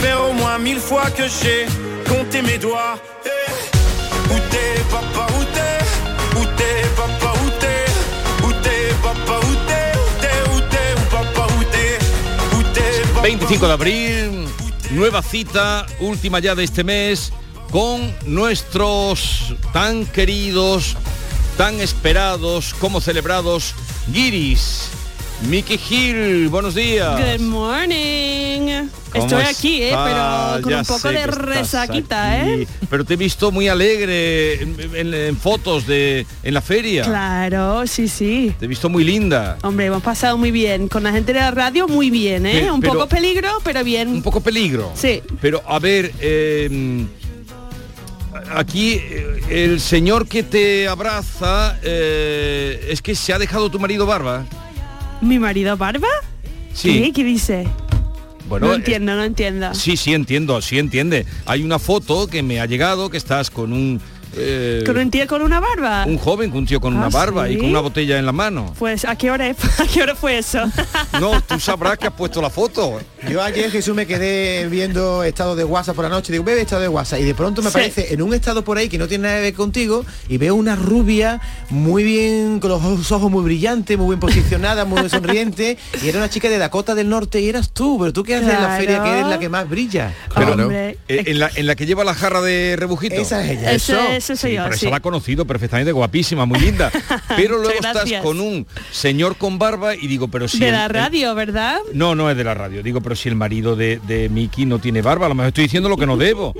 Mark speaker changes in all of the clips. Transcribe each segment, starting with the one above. Speaker 1: faire au moins mille fois que j'ai compté mes doigts. Hey où t'es, papa, où t'es Où t'es, papa, où t'es Où t'es, papa, où t'es Où t'es, où t'es, où papa, où t'es Où t'es, papa,
Speaker 2: 25 de abril, nueva cita, última ya de este mes, con nuestros tan queridos, tan esperados, como celebrados, guiris. Mickey Gil, buenos días.
Speaker 3: Good morning. Estoy
Speaker 2: ¿Cómo
Speaker 3: aquí, ¿eh?
Speaker 2: estás? Ah,
Speaker 3: pero con
Speaker 2: Ya
Speaker 3: un poco
Speaker 2: sé
Speaker 3: de
Speaker 2: que estás
Speaker 3: resaquita,
Speaker 2: aquí.
Speaker 3: ¿eh?
Speaker 2: Pero te he visto muy alegre en, en- en fotos de en la feria.
Speaker 3: ¿eh? Claro, sí, sí.
Speaker 2: Te he visto muy linda.
Speaker 3: Hombre, hemos pasado muy bien. Con la gente de la radio, muy bien, ¿eh?
Speaker 2: Pe-
Speaker 3: un
Speaker 2: pero-
Speaker 3: poco peligro, pero bien. Un
Speaker 2: poco peligro.
Speaker 3: Sí.
Speaker 2: Pero a ver, eh, aquí eh, el señor que te abraza eh, es que se ha dejado tu marido barba.
Speaker 3: ¿Mi marido barba?
Speaker 2: Sí.
Speaker 3: ¿Qué, ¿Qué dice?
Speaker 2: Bueno,
Speaker 3: no
Speaker 2: eh,
Speaker 3: entiendo, no entiendo.
Speaker 2: Sí, sí, entiendo, sí entiende. Hay una foto que me ha llegado que estás con un... eh,
Speaker 3: ¿Con un tío con una barba?
Speaker 2: un joven, un tío con
Speaker 3: Ah,
Speaker 2: una barba y con
Speaker 3: ¿sí?
Speaker 2: una botella en la mano.
Speaker 3: Pues, ¿a qué hora, es- ¿a qué hora fue eso?
Speaker 2: No, tú sabrás que has puesto la foto.
Speaker 4: Yo ayer Jesús me quedé viendo estado de WhatsApp por la noche, digo, bebe estado de WhatsApp y de pronto me
Speaker 5: Sí.
Speaker 4: aparece en un estado por ahí que no tiene nada que ver contigo y veo una rubia muy bien, con los ojos- ojos muy brillantes, muy bien posicionada, muy sonriente y era una chica de Dakota del Norte y eras tú, pero tú que haces en la
Speaker 2: Claro.
Speaker 4: feria que eres la que más brilla.
Speaker 2: Pero, eh, en, la, en la que lleva la jarra de rebujito.
Speaker 4: Esa es ella, Ese- eso. ese soy yo,
Speaker 2: pero
Speaker 4: sí.
Speaker 2: esa la ha conocido perfectamente, guapísima, muy linda. Pero luego
Speaker 3: Muchas
Speaker 2: estás
Speaker 3: gracias.
Speaker 2: con un señor con barba y digo, pero si...
Speaker 3: de
Speaker 2: el-
Speaker 3: la
Speaker 2: el-
Speaker 3: radio, ¿verdad?
Speaker 2: no, no es de la radio. Digo, pero si el marido de, de Miki no tiene barba, a lo mejor estoy diciendo lo que no debo.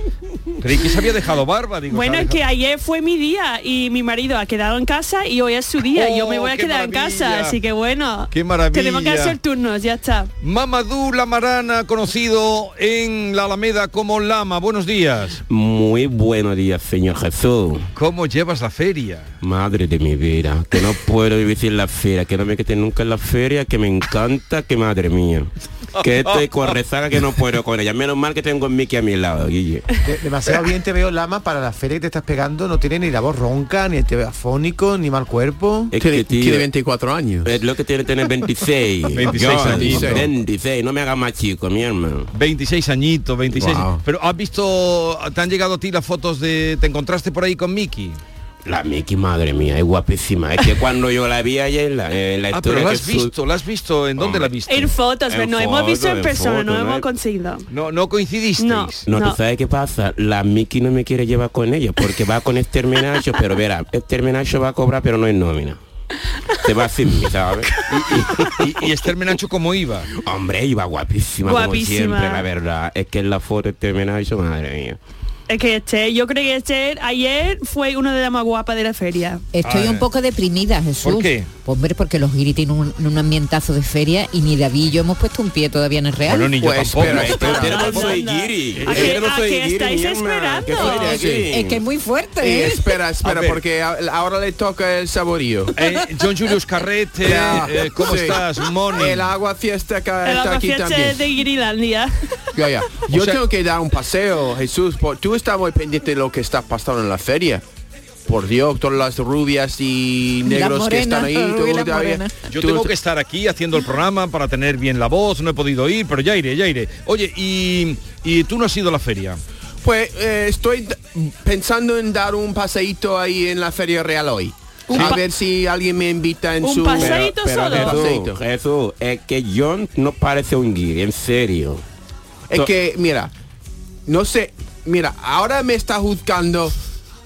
Speaker 2: Creí que se había dejado barba. Digo,
Speaker 3: Bueno,
Speaker 2: se ha
Speaker 3: es que ayer fue mi día y mi marido ha quedado en casa y hoy es su día. y yo me
Speaker 2: Oh,
Speaker 3: voy a
Speaker 2: qué
Speaker 3: quedar en casa,
Speaker 2: maravilla.
Speaker 3: así que bueno.
Speaker 2: ¡Qué maravilla!
Speaker 3: Tenemos que hacer turnos, ya está.
Speaker 2: Mamadou Lamarana, conocido en la Alameda como Lama. Buenos días.
Speaker 6: Muy buenos días, señor Jesús.
Speaker 2: ¿Cómo llevas la feria?
Speaker 6: Madre de mi vida, que no puedo vivir sin la feria, que no me quede nunca en la feria, que me encanta, que madre mía. Que estoy con rezaga que no puedo con ella. Menos mal que tengo a Mickey a mi lado, Guille.
Speaker 4: De- demasiado bien te veo Lama para la feria que te estás pegando, no tiene ni la voz ronca, ni te veo afónico, ni mal cuerpo.
Speaker 6: Es que, tío,
Speaker 7: 24 años.
Speaker 6: Es lo que tiene tener 26.
Speaker 2: 26
Speaker 6: Yo,
Speaker 2: añitos.
Speaker 6: 26, no me hagas más chico, mi hermano.
Speaker 2: 26 añitos, 26.
Speaker 6: Wow.
Speaker 2: Pero has visto, te han llegado a ti las fotos de, te encontraste por ahí con Miki.
Speaker 6: La Mickey, madre mía, es guapísima. Es que cuando yo la vi ayer, la, eh, la
Speaker 2: Ah,
Speaker 6: historia
Speaker 2: pero la
Speaker 6: que
Speaker 2: has
Speaker 6: su-
Speaker 2: visto, la has visto, ¿en dónde la has visto?
Speaker 3: En fotos, pero
Speaker 6: En
Speaker 3: no hemos visto en
Speaker 6: fotos, en
Speaker 3: persona, no
Speaker 6: fotos,
Speaker 3: hemos
Speaker 6: ¿no?
Speaker 3: conseguido.
Speaker 2: ¿eh? No, no coincidiste.
Speaker 3: No,
Speaker 6: No,
Speaker 3: no.
Speaker 6: ¿tú sabes qué pasa? La Mickey no me quiere llevar con ella porque va con este Menacho, pero verá, este Menacho va a cobrar pero no es nómina. Te va sin mí, ¿sabes?
Speaker 2: ¿Y, este Menacho cómo iba?
Speaker 6: Hombre, iba guapísima,
Speaker 3: Guapísima.
Speaker 6: como siempre, la verdad. Es que en la foto este Menacho, madre mía.
Speaker 3: Es que este, yo creo que este ayer fue una de las más guapas de la feria.
Speaker 8: Estoy un poco deprimida, Jesús. Pues
Speaker 6: ¿Por qué?
Speaker 8: Hombre, porque los guiri tienen un, un ambientazo de feria y ni David y yo hemos puesto un pie todavía en el Real.
Speaker 2: Bueno, ni yo Pues, tampoco. pero es que
Speaker 6: Pero no soy guiri.
Speaker 8: ¿A
Speaker 6: Es
Speaker 8: qué-
Speaker 6: que no
Speaker 8: a
Speaker 6: soy
Speaker 8: qué
Speaker 6: guiri,
Speaker 8: estáis
Speaker 6: mi hermana. ¿Qué soy de aquí?
Speaker 8: Es que es muy fuerte.
Speaker 7: Y
Speaker 8: ¿eh?
Speaker 7: espera, espera,
Speaker 2: A ver.
Speaker 7: porque a- ahora le toca el saborío.
Speaker 2: Eh, John Julius Carrete,
Speaker 7: Ya,
Speaker 2: eh, ¿cómo
Speaker 7: sí.
Speaker 2: estás, Moni?
Speaker 7: El agua fiesta que
Speaker 3: El
Speaker 7: está aquí
Speaker 3: aguafieste
Speaker 7: también.
Speaker 3: este de Guirilandia.
Speaker 7: Ya, ya. Yo
Speaker 3: O sea-
Speaker 7: tengo que dar un paseo, Jesús. por- tú estás muy pendiente de lo que está pasando en la feria. Por Dios, todas las rubias y
Speaker 2: Las
Speaker 7: negros que están ahí. tú todavía-
Speaker 2: Yo
Speaker 7: tú-
Speaker 2: tengo que estar aquí haciendo el programa para tener bien la voz, no he podido ir, pero ya iré, ya iré. Oye, y, y tú no has ido a la feria.
Speaker 7: Pues eh, estoy d- pensando en dar un paseíto ahí en la Feria Real hoy. a ver si alguien me invita en su...
Speaker 6: pero
Speaker 7: Un paseíto.
Speaker 6: Jesús, Jesús, es que John no parece un guiri, en serio.
Speaker 7: Es que, mira, no sé, mira, ahora me está juzgando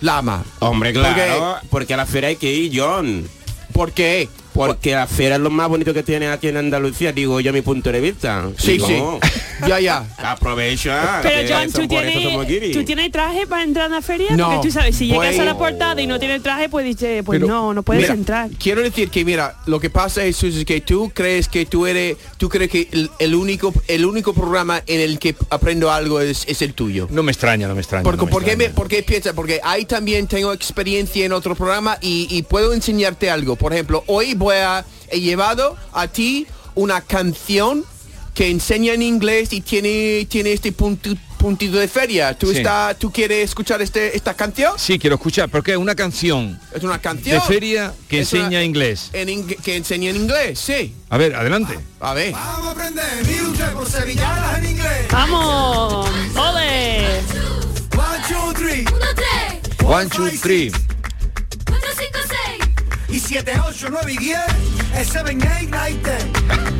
Speaker 7: Lama.
Speaker 6: Hombre,
Speaker 7: Porque-
Speaker 6: claro, porque a la feria hay que ir, John.
Speaker 7: ¿Por qué?
Speaker 6: Porque la feria es lo más bonito que tiene aquí en Andalucía, digo yo mi punto de vista.
Speaker 7: Sí,
Speaker 6: Digo,
Speaker 7: sí. Ya, ya.
Speaker 6: Aprovecha.
Speaker 3: Pero
Speaker 6: que
Speaker 3: Joan,
Speaker 6: eso-
Speaker 3: ¿tú
Speaker 6: por eso somos aquí.
Speaker 3: tienes, ¿tú tienes traje para entrar a la feria?
Speaker 7: No.
Speaker 3: Porque tú sabes, si llegas
Speaker 7: Pues-
Speaker 3: a la portada y no tienes traje, pues dices, pues
Speaker 7: Pero,
Speaker 3: no, no puedes
Speaker 7: mira,
Speaker 3: entrar.
Speaker 7: Quiero decir que mira, lo que pasa Jesús, es que tú crees que tú eres, tú crees que el, el único, el único programa en el que aprendo algo es, es el tuyo.
Speaker 2: No me extraña, no me extraña.
Speaker 7: Porque,
Speaker 2: no me
Speaker 7: ¿por, qué me-
Speaker 2: extraña.
Speaker 7: por qué piensa? Porque ahí también tengo experiencia en otro programa y, y puedo enseñarte algo. Por ejemplo, hoy voy a, he llevado a ti una canción que enseña en inglés y tiene, tiene este punto, puntito de feria. ¿Tú,
Speaker 2: Sí.
Speaker 7: está, ¿tú quieres escuchar este, esta canción?
Speaker 2: Sí, quiero escuchar, porque es una canción
Speaker 7: Es una canción.
Speaker 2: de feria que
Speaker 7: Es
Speaker 2: enseña
Speaker 7: una-
Speaker 2: inglés.
Speaker 7: en ing- que enseña en inglés, sí. Eh.
Speaker 2: A ver, adelante.
Speaker 7: A ver.
Speaker 9: Vamos a aprender, mire usted por sevillanas en inglés.
Speaker 3: ¡Vamos! ¡Ole!
Speaker 9: One, two, three.
Speaker 2: One, two, three.
Speaker 9: Y 7, 8, 9 y 10. Es 7, 8, 9,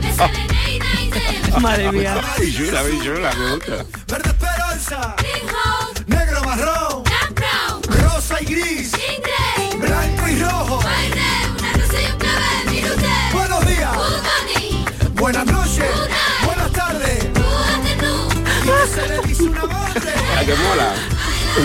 Speaker 9: 10.
Speaker 3: Madre mía.
Speaker 6: Chula, muy chula, me gusta.
Speaker 9: Verde esperanza. Negro marrón. Rosa y gris. Blanco y rojo. Buenos días. Buenas noches. Buenas tardes. Y no se le dice una madre.
Speaker 6: ¿A que mola?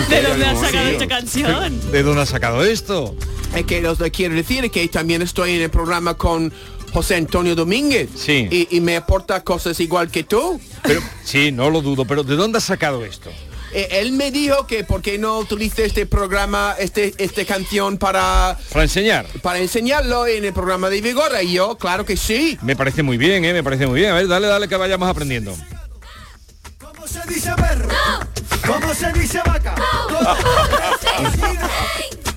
Speaker 3: ¿De dónde has
Speaker 6: Sí.
Speaker 3: sacado esta canción?
Speaker 2: ¿De dónde has sacado esto?
Speaker 7: Es que los que quiero decir es que también estoy en el programa con José Antonio Domínguez.
Speaker 2: Sí.
Speaker 7: Y, y me aporta cosas igual que tú.
Speaker 2: Pero, sí, no lo dudo, pero ¿de dónde has sacado esto?
Speaker 7: Eh, él me dijo que por qué no utilice este programa, este, este canción para,
Speaker 2: Para enseñar.
Speaker 7: para enseñarlo en el programa de Vigora. Y yo, claro que sí.
Speaker 2: Me parece muy bien, ¿eh? Me parece muy bien. A ver, dale, dale, que vayamos aprendiendo.
Speaker 9: ¿Cómo se dice perro? ¿Cómo se dice vaca? ¿Cómo se dice gallina?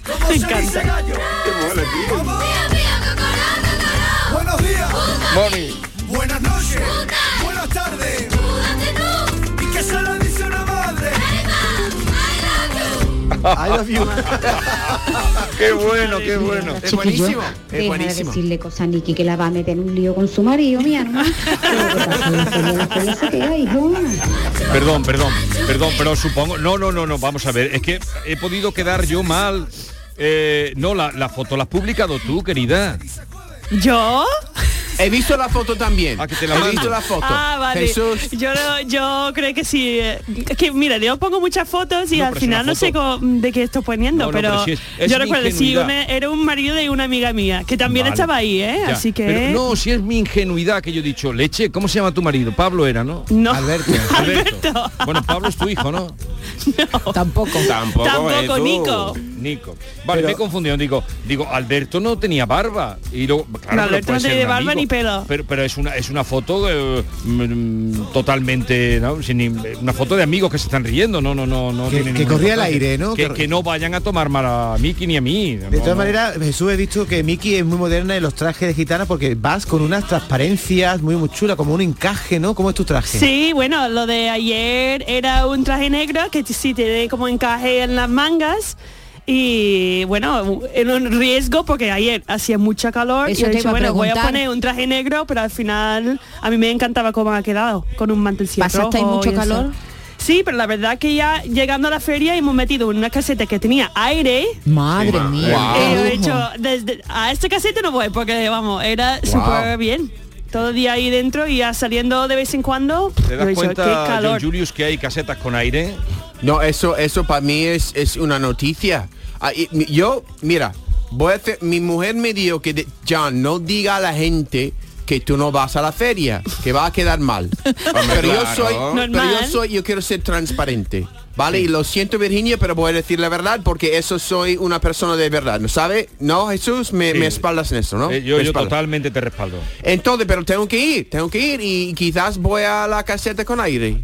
Speaker 9: ¿Cómo
Speaker 3: Me
Speaker 9: se dice
Speaker 3: encanta.
Speaker 9: gallo? ¿Cómo? Buenos días. Buenas noches. Buenas tardes. ¿Y qué se le dice una madre?
Speaker 2: Qué bueno, qué bueno.
Speaker 7: Es buenísimo. Es
Speaker 10: Deja de
Speaker 7: buenísimo.
Speaker 10: decirle cosas a Nicky que la va a meter en un lío con su marido, mi hermano. Pero que pasa una feria, la feria se queda, hijo.
Speaker 2: Perdón, perdón, perdón, pero supongo. No, no, no, no, vamos a ver. Es que he podido quedar yo mal. Eh, no, la, la foto la has publicado tú, querida.
Speaker 3: ¿Yo?
Speaker 7: He visto la foto también.
Speaker 2: Ah, que te la
Speaker 7: He visto
Speaker 2: mando.
Speaker 7: la foto.
Speaker 3: Ah, vale.
Speaker 7: Jesús.
Speaker 3: Yo, no- yo creo que sí. eh, Es que, mira, yo pongo muchas fotos y
Speaker 2: No,
Speaker 3: al
Speaker 2: pero es
Speaker 3: final
Speaker 2: una
Speaker 3: no sé
Speaker 2: foto.
Speaker 3: cómo- de qué estoy poniendo,
Speaker 2: No, no,
Speaker 3: pero,
Speaker 2: pero sí es- es
Speaker 3: yo
Speaker 2: mi
Speaker 3: recuerdo, sí,
Speaker 2: ingenuidad.
Speaker 3: una- era un marido de una amiga mía, que también
Speaker 2: Vale.
Speaker 3: estaba ahí, ¿eh?
Speaker 2: Ya,
Speaker 3: Así que...
Speaker 2: pero no, si es mi ingenuidad que yo he dicho, leche, ¿cómo se llama tu marido? Pablo era, ¿no?
Speaker 3: No.
Speaker 4: Alberto.
Speaker 3: Alberto.
Speaker 2: Bueno, Pablo es tu hijo, ¿no?
Speaker 8: Tampoco.
Speaker 6: Tampoco,
Speaker 3: Tampoco,
Speaker 6: Jesús.
Speaker 3: Nico.
Speaker 2: Nico. Vale, me he confundido. Digo, digo, Alberto no tenía barba. Y luego, claro,
Speaker 3: No,
Speaker 2: pero
Speaker 3: Alberto
Speaker 2: puede
Speaker 3: no
Speaker 2: ser
Speaker 3: tiene
Speaker 2: un
Speaker 3: barba
Speaker 2: amigo.
Speaker 3: ni pelo.
Speaker 2: Pero, pero es una es una foto eh, mm, totalmente, ¿no? Sin ni- una foto de amigos que se están riendo. No, no, no, no.
Speaker 4: Que-
Speaker 2: tiene
Speaker 4: que
Speaker 2: ninguna
Speaker 4: corría el
Speaker 2: importancia.
Speaker 4: aire, ¿no?
Speaker 2: Que,
Speaker 4: Que-
Speaker 2: que no vayan a tomar mal a Miki ni a mí.
Speaker 4: De todas maneras, Jesús he dicho que Miki es muy moderna en los trajes de gitana porque vas con unas transparencias muy muy chulas, como un encaje, ¿no? ¿Cómo es tu traje?
Speaker 3: Sí, bueno, lo de ayer era un traje negro que sí tiene como encaje en las mangas. Y bueno, era un riesgo porque ayer hacía mucha calor
Speaker 8: Eso
Speaker 3: y he
Speaker 8: te iba
Speaker 3: dicho,
Speaker 8: a
Speaker 3: bueno, voy a
Speaker 8: preguntar.
Speaker 3: poner un traje negro, pero al final a mí me encantaba cómo ha quedado, con un mantelcito
Speaker 8: ¿Pasaste ahí
Speaker 3: rojo
Speaker 8: mucho
Speaker 3: y eso.
Speaker 8: calor?
Speaker 3: Sí, pero la verdad que ya llegando a la feria hemos metido en una caseta que tenía aire.
Speaker 8: Madre mía.
Speaker 3: y
Speaker 8: qué
Speaker 3: yo he
Speaker 8: lujo.
Speaker 3: dicho, desde, a esta caseta no voy porque vamos, era súper bien. Todo el día ahí dentro y ya saliendo de vez en cuando.
Speaker 2: ¿Te
Speaker 3: yo
Speaker 2: das
Speaker 3: he dicho,
Speaker 2: cuenta,
Speaker 3: qué
Speaker 2: Ah, John
Speaker 3: calor.
Speaker 2: Julius, que hay casetas con aire?
Speaker 7: No, eso, eso para mí es, es una noticia. Ah, y mi- Yo, mira, voy a hacer- mi mujer me dijo que, de- John, no diga a la gente que tú no vas a la feria, que va a quedar mal. pero yo
Speaker 6: claro.
Speaker 7: soy, pero yo
Speaker 3: Normal.
Speaker 7: soy, yo quiero ser transparente. Vale, y lo siento Virginia, pero voy a decir la verdad porque eso soy una persona de verdad, ¿no sabe? No, Jesús, me,
Speaker 2: Sí.
Speaker 7: me espaldas en eso, ¿no?
Speaker 2: Eh, yo
Speaker 7: Me
Speaker 2: yo
Speaker 7: espaldas.
Speaker 2: totalmente te respaldo.
Speaker 7: Entonces, pero tengo que ir, tengo que ir y quizás voy a la caseta con aire.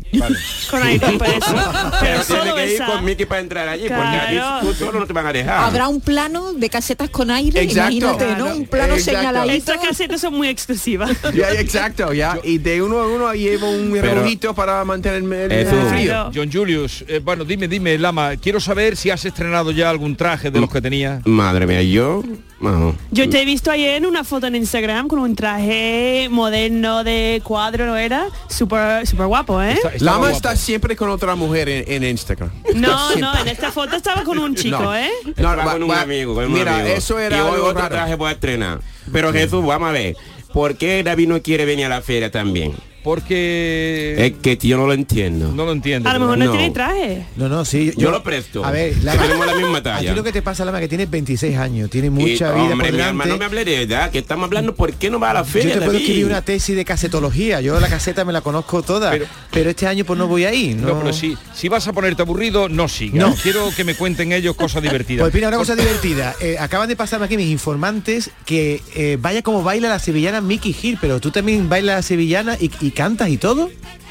Speaker 3: Con aire, por eso.
Speaker 6: Pero
Speaker 3: Pero
Speaker 6: tiene
Speaker 3: solo
Speaker 6: que ir
Speaker 3: esa.
Speaker 6: con Mickey para entrar allí, porque
Speaker 3: Claro.
Speaker 6: allí tú solo no te van a dejar.
Speaker 8: Habrá un plano de casetas con aire,
Speaker 7: Exacto.
Speaker 8: imagínate, ¿no? Un plano
Speaker 7: Exacto.
Speaker 8: señaladito.
Speaker 3: Estas casetas son muy arriba.
Speaker 7: Ya, exacto, ya. y de uno a uno llevo un
Speaker 2: Pero-
Speaker 7: relojito para mantenerme el,
Speaker 2: Eh,
Speaker 7: el
Speaker 2: tú,
Speaker 7: frío.
Speaker 2: John Julius, eh, bueno, dime, dime, Lama, quiero saber si has estrenado ya algún traje de los que tenía.
Speaker 6: Madre mía, yo... vamos.
Speaker 3: Yo te he visto ayer en una foto en Instagram con un traje moderno de cuadro, ¿no era? Súper súper guapo, ¿eh?
Speaker 7: Lama está siempre con otra mujer en, en Instagram.
Speaker 3: No, no, en esta foto estaba con un chico,
Speaker 7: No.
Speaker 3: ¿eh?
Speaker 7: No,
Speaker 6: Estaba
Speaker 7: va-
Speaker 6: con un
Speaker 7: va-
Speaker 6: amigo, con un
Speaker 7: mira,
Speaker 6: amigo.
Speaker 7: eso era
Speaker 6: Y hoy
Speaker 7: algo
Speaker 6: otro
Speaker 7: raro.
Speaker 6: traje voy a estrenar. Pero Jesús, vamos a ver. ¿Por qué David no quiere venir a la feria también?
Speaker 2: Porque
Speaker 6: Es que yo no lo entiendo.
Speaker 2: no lo entiendo.
Speaker 3: A lo mejor no,
Speaker 6: No.
Speaker 3: tiene traje.
Speaker 4: No, no, sí.
Speaker 6: Yo lo presto.
Speaker 4: A ver, Lama,
Speaker 6: Que tenemos la misma
Speaker 4: a ti
Speaker 6: talla.
Speaker 4: lo que te pasa, Lama, que tienes 26 años, tienes mucha
Speaker 6: Y,
Speaker 4: vida
Speaker 6: hombre,
Speaker 4: por
Speaker 6: mi hermano,
Speaker 4: delante.
Speaker 6: no me hable de edad, que estamos hablando, ¿por qué no va a la
Speaker 4: Yo
Speaker 6: feria?
Speaker 4: te puedo
Speaker 6: David?
Speaker 4: escribir una tesis de casetología. Yo la caseta me la conozco toda.
Speaker 2: Pero-
Speaker 4: Pero, este año pues no voy ahí. No,
Speaker 2: No, pero sí, si vas a ponerte aburrido, no sigas.
Speaker 4: No.
Speaker 2: Quiero que me cuenten ellos cosas divertidas.
Speaker 4: Pues mira, una cosa divertida. Eh, acaban de pasarme aquí mis informantes que eh, vaya como baila la sevillana Mickey Hill, pero tú también bailas la sevillana y, y cantas y todo.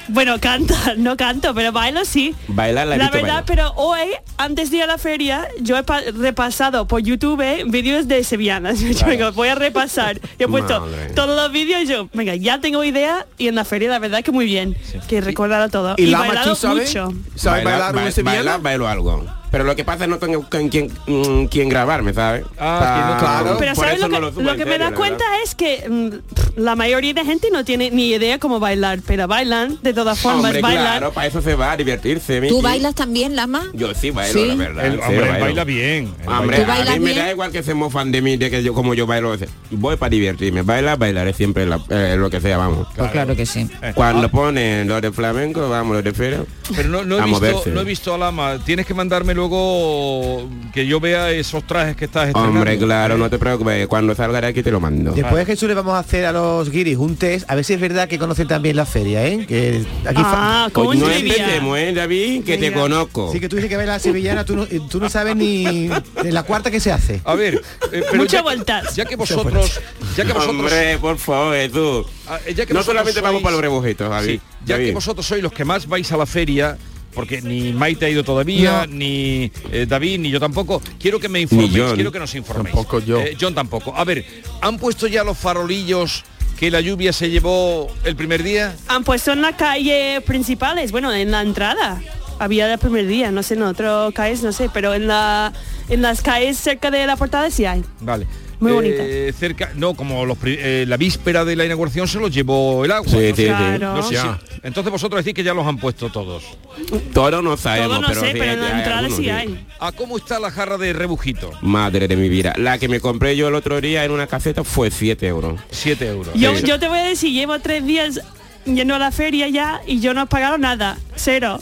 Speaker 3: Bueno, canta, no canto, pero bailo sí.
Speaker 6: Bailar la he
Speaker 3: La
Speaker 6: visto bailar.
Speaker 3: verdad, pero hoy, antes de ir a la feria, yo he pa- repasado por YouTube eh, vídeos de sevillanas. Yo digo, voy a repasar. Yo he puesto
Speaker 6: Madre.
Speaker 3: todos los vídeos y yo, venga, ya tengo idea. Y en la feria, la verdad que muy bien. Que recordarlo todo.
Speaker 7: Y,
Speaker 3: Y,
Speaker 7: Lama
Speaker 3: bailado
Speaker 7: aquí sabe,
Speaker 3: mucho.
Speaker 7: sabe bailar,
Speaker 6: ba-
Speaker 7: una sevillana.
Speaker 6: bailar, bailo algo. Pero lo que pasa es no tengo con quien, mm, quien grabarme, ¿sabes?
Speaker 2: Ah, que no-
Speaker 6: claro.
Speaker 3: Pero
Speaker 6: por
Speaker 3: ¿sabes
Speaker 6: eso
Speaker 3: lo que,
Speaker 6: no subo
Speaker 3: lo
Speaker 6: en
Speaker 3: que me
Speaker 6: serio,
Speaker 3: da
Speaker 6: la
Speaker 3: cuenta
Speaker 6: verdad.
Speaker 3: es que mm, pff, la mayoría de gente no tiene ni idea cómo bailar, pero bailan de todas formas,
Speaker 6: Hombre,
Speaker 3: bailan.
Speaker 6: claro, para eso se va a divertirse.
Speaker 8: ¿Tú
Speaker 6: Miki.
Speaker 8: bailas también, Lama?
Speaker 6: Yo sí bailo,
Speaker 8: ¿Sí?
Speaker 6: la verdad.
Speaker 2: El-
Speaker 6: sí,
Speaker 2: hombre,
Speaker 6: bailo.
Speaker 2: baila bien. él
Speaker 6: Hombre,
Speaker 8: ¿Tú
Speaker 6: a
Speaker 8: bailas
Speaker 6: mí me
Speaker 8: bien?
Speaker 6: da igual que se mofan de mí, de que yo como yo bailo. o sea, Voy para divertirme. Bailar, bailaré siempre la- eh, lo que sea, vamos.
Speaker 8: Pues claro que sí.
Speaker 2: baila- eh,
Speaker 6: Cuando
Speaker 2: ah,
Speaker 6: ponen los de flamenco, vamos, los de feria.
Speaker 2: pero no, no he
Speaker 6: a
Speaker 2: visto,
Speaker 6: moverse.
Speaker 2: no he visto a Lama. Tienes que mandarme luego que yo vea esos trajes que estás estrenando.
Speaker 6: Hombre, claro, no te preocupes. Cuando salga de aquí te lo mando.
Speaker 4: Después de Jesús le vamos a hacer a los guiris un test, a ver si es verdad que conocen también la feria, ¿eh? Que aquí fa-
Speaker 3: Ah, como
Speaker 6: Pues
Speaker 3: un
Speaker 6: no
Speaker 3: trivia.
Speaker 6: empecemos, ¿eh, David, que te
Speaker 3: Venga.
Speaker 6: conozco.
Speaker 4: Sí, que tú dices que bailas la sevillana, tú no, tú no sabes ni de la cuarta que se hace.
Speaker 2: A ver, eh, pero
Speaker 3: Muchas
Speaker 2: ya que-
Speaker 3: vueltas.
Speaker 2: Ya que vosotros, ya que vosotros
Speaker 6: Hombre, por favor, Jesús.
Speaker 2: Ah, eh, ya que
Speaker 6: no
Speaker 2: vosotros
Speaker 6: solamente vamos
Speaker 2: sois-
Speaker 6: para los rebujitos, David.
Speaker 2: Sí, ya que
Speaker 6: David.
Speaker 2: vosotros sois los que más vais a la feria, porque ni Maite ha ido todavía, ni eh, David, ni yo tampoco, quiero que me informéis,
Speaker 6: Ni yo,
Speaker 2: quiero
Speaker 6: ni-
Speaker 2: que nos informéis.
Speaker 7: tampoco yo.
Speaker 2: Eh, John tampoco. A ver, ¿han puesto ya los farolillos que la lluvia se llevó el primer día?
Speaker 3: Han puesto en las calles principales, bueno, en la entrada. Había el primer día, no sé, en otras calles, no sé, pero en la en las calles cerca de la portada sí hay.
Speaker 2: Vale.
Speaker 3: Muy
Speaker 2: Eh,
Speaker 3: bonita.
Speaker 2: cerca, no, como los pri- eh, la víspera de la inauguración se los llevó el agua.
Speaker 6: Sí,
Speaker 2: ¿no?
Speaker 6: sí, sí.
Speaker 3: Claro.
Speaker 2: No sé
Speaker 6: Ya.
Speaker 2: si- entonces vosotros decís que ya los han puesto todos.
Speaker 6: Todos no sabemos,
Speaker 3: Todo no sé,
Speaker 6: sí,
Speaker 3: pero en
Speaker 6: hay
Speaker 3: la entrada
Speaker 6: algunos,
Speaker 3: sí
Speaker 6: sí.
Speaker 3: hay.
Speaker 2: ¿A cómo está la jarra de rebujito?
Speaker 6: Madre de mi vida. La que me compré yo el otro día en una caseta fue 7 euros.
Speaker 2: 7 euros.
Speaker 3: Yo,
Speaker 6: Sí.
Speaker 3: yo te voy a decir, llevo tres días yendo a la feria ya y yo no he pagado nada, cero.